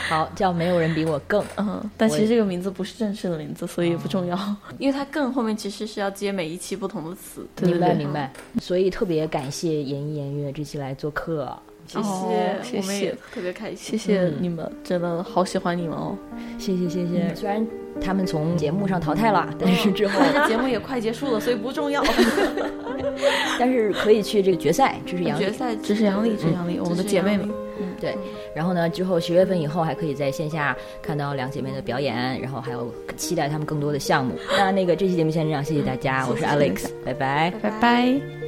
好，叫没有人比我更。嗯，哦但其实这个名字不是正式的名字，所以也不重要。 <laughs> 因为它更后面其实是要接每一期不同的词。对明白对明白，所以特别感谢言一言月这期来做客，谢谢，哦谢谢我们也特别开心。谢谢你们，真的好喜欢你们 <laughs> 哦。谢谢谢嗯谢。嗯虽然他们从节目上淘汰了，但是 <laughs> 之后，这节目也快结束了，所以不重要。但是可以去这个决赛，这是杨决丽赛 <laughs> 支持杨丽，嗯支持杨丽，我们的姐妹们。对。然后呢，之后十月份以后还可以在线下看到两姐妹的表演，然后还有期嗯待她们更多的项目。那那个这期节目先这样，谢谢大家，我是 Alex，拜拜。拜拜。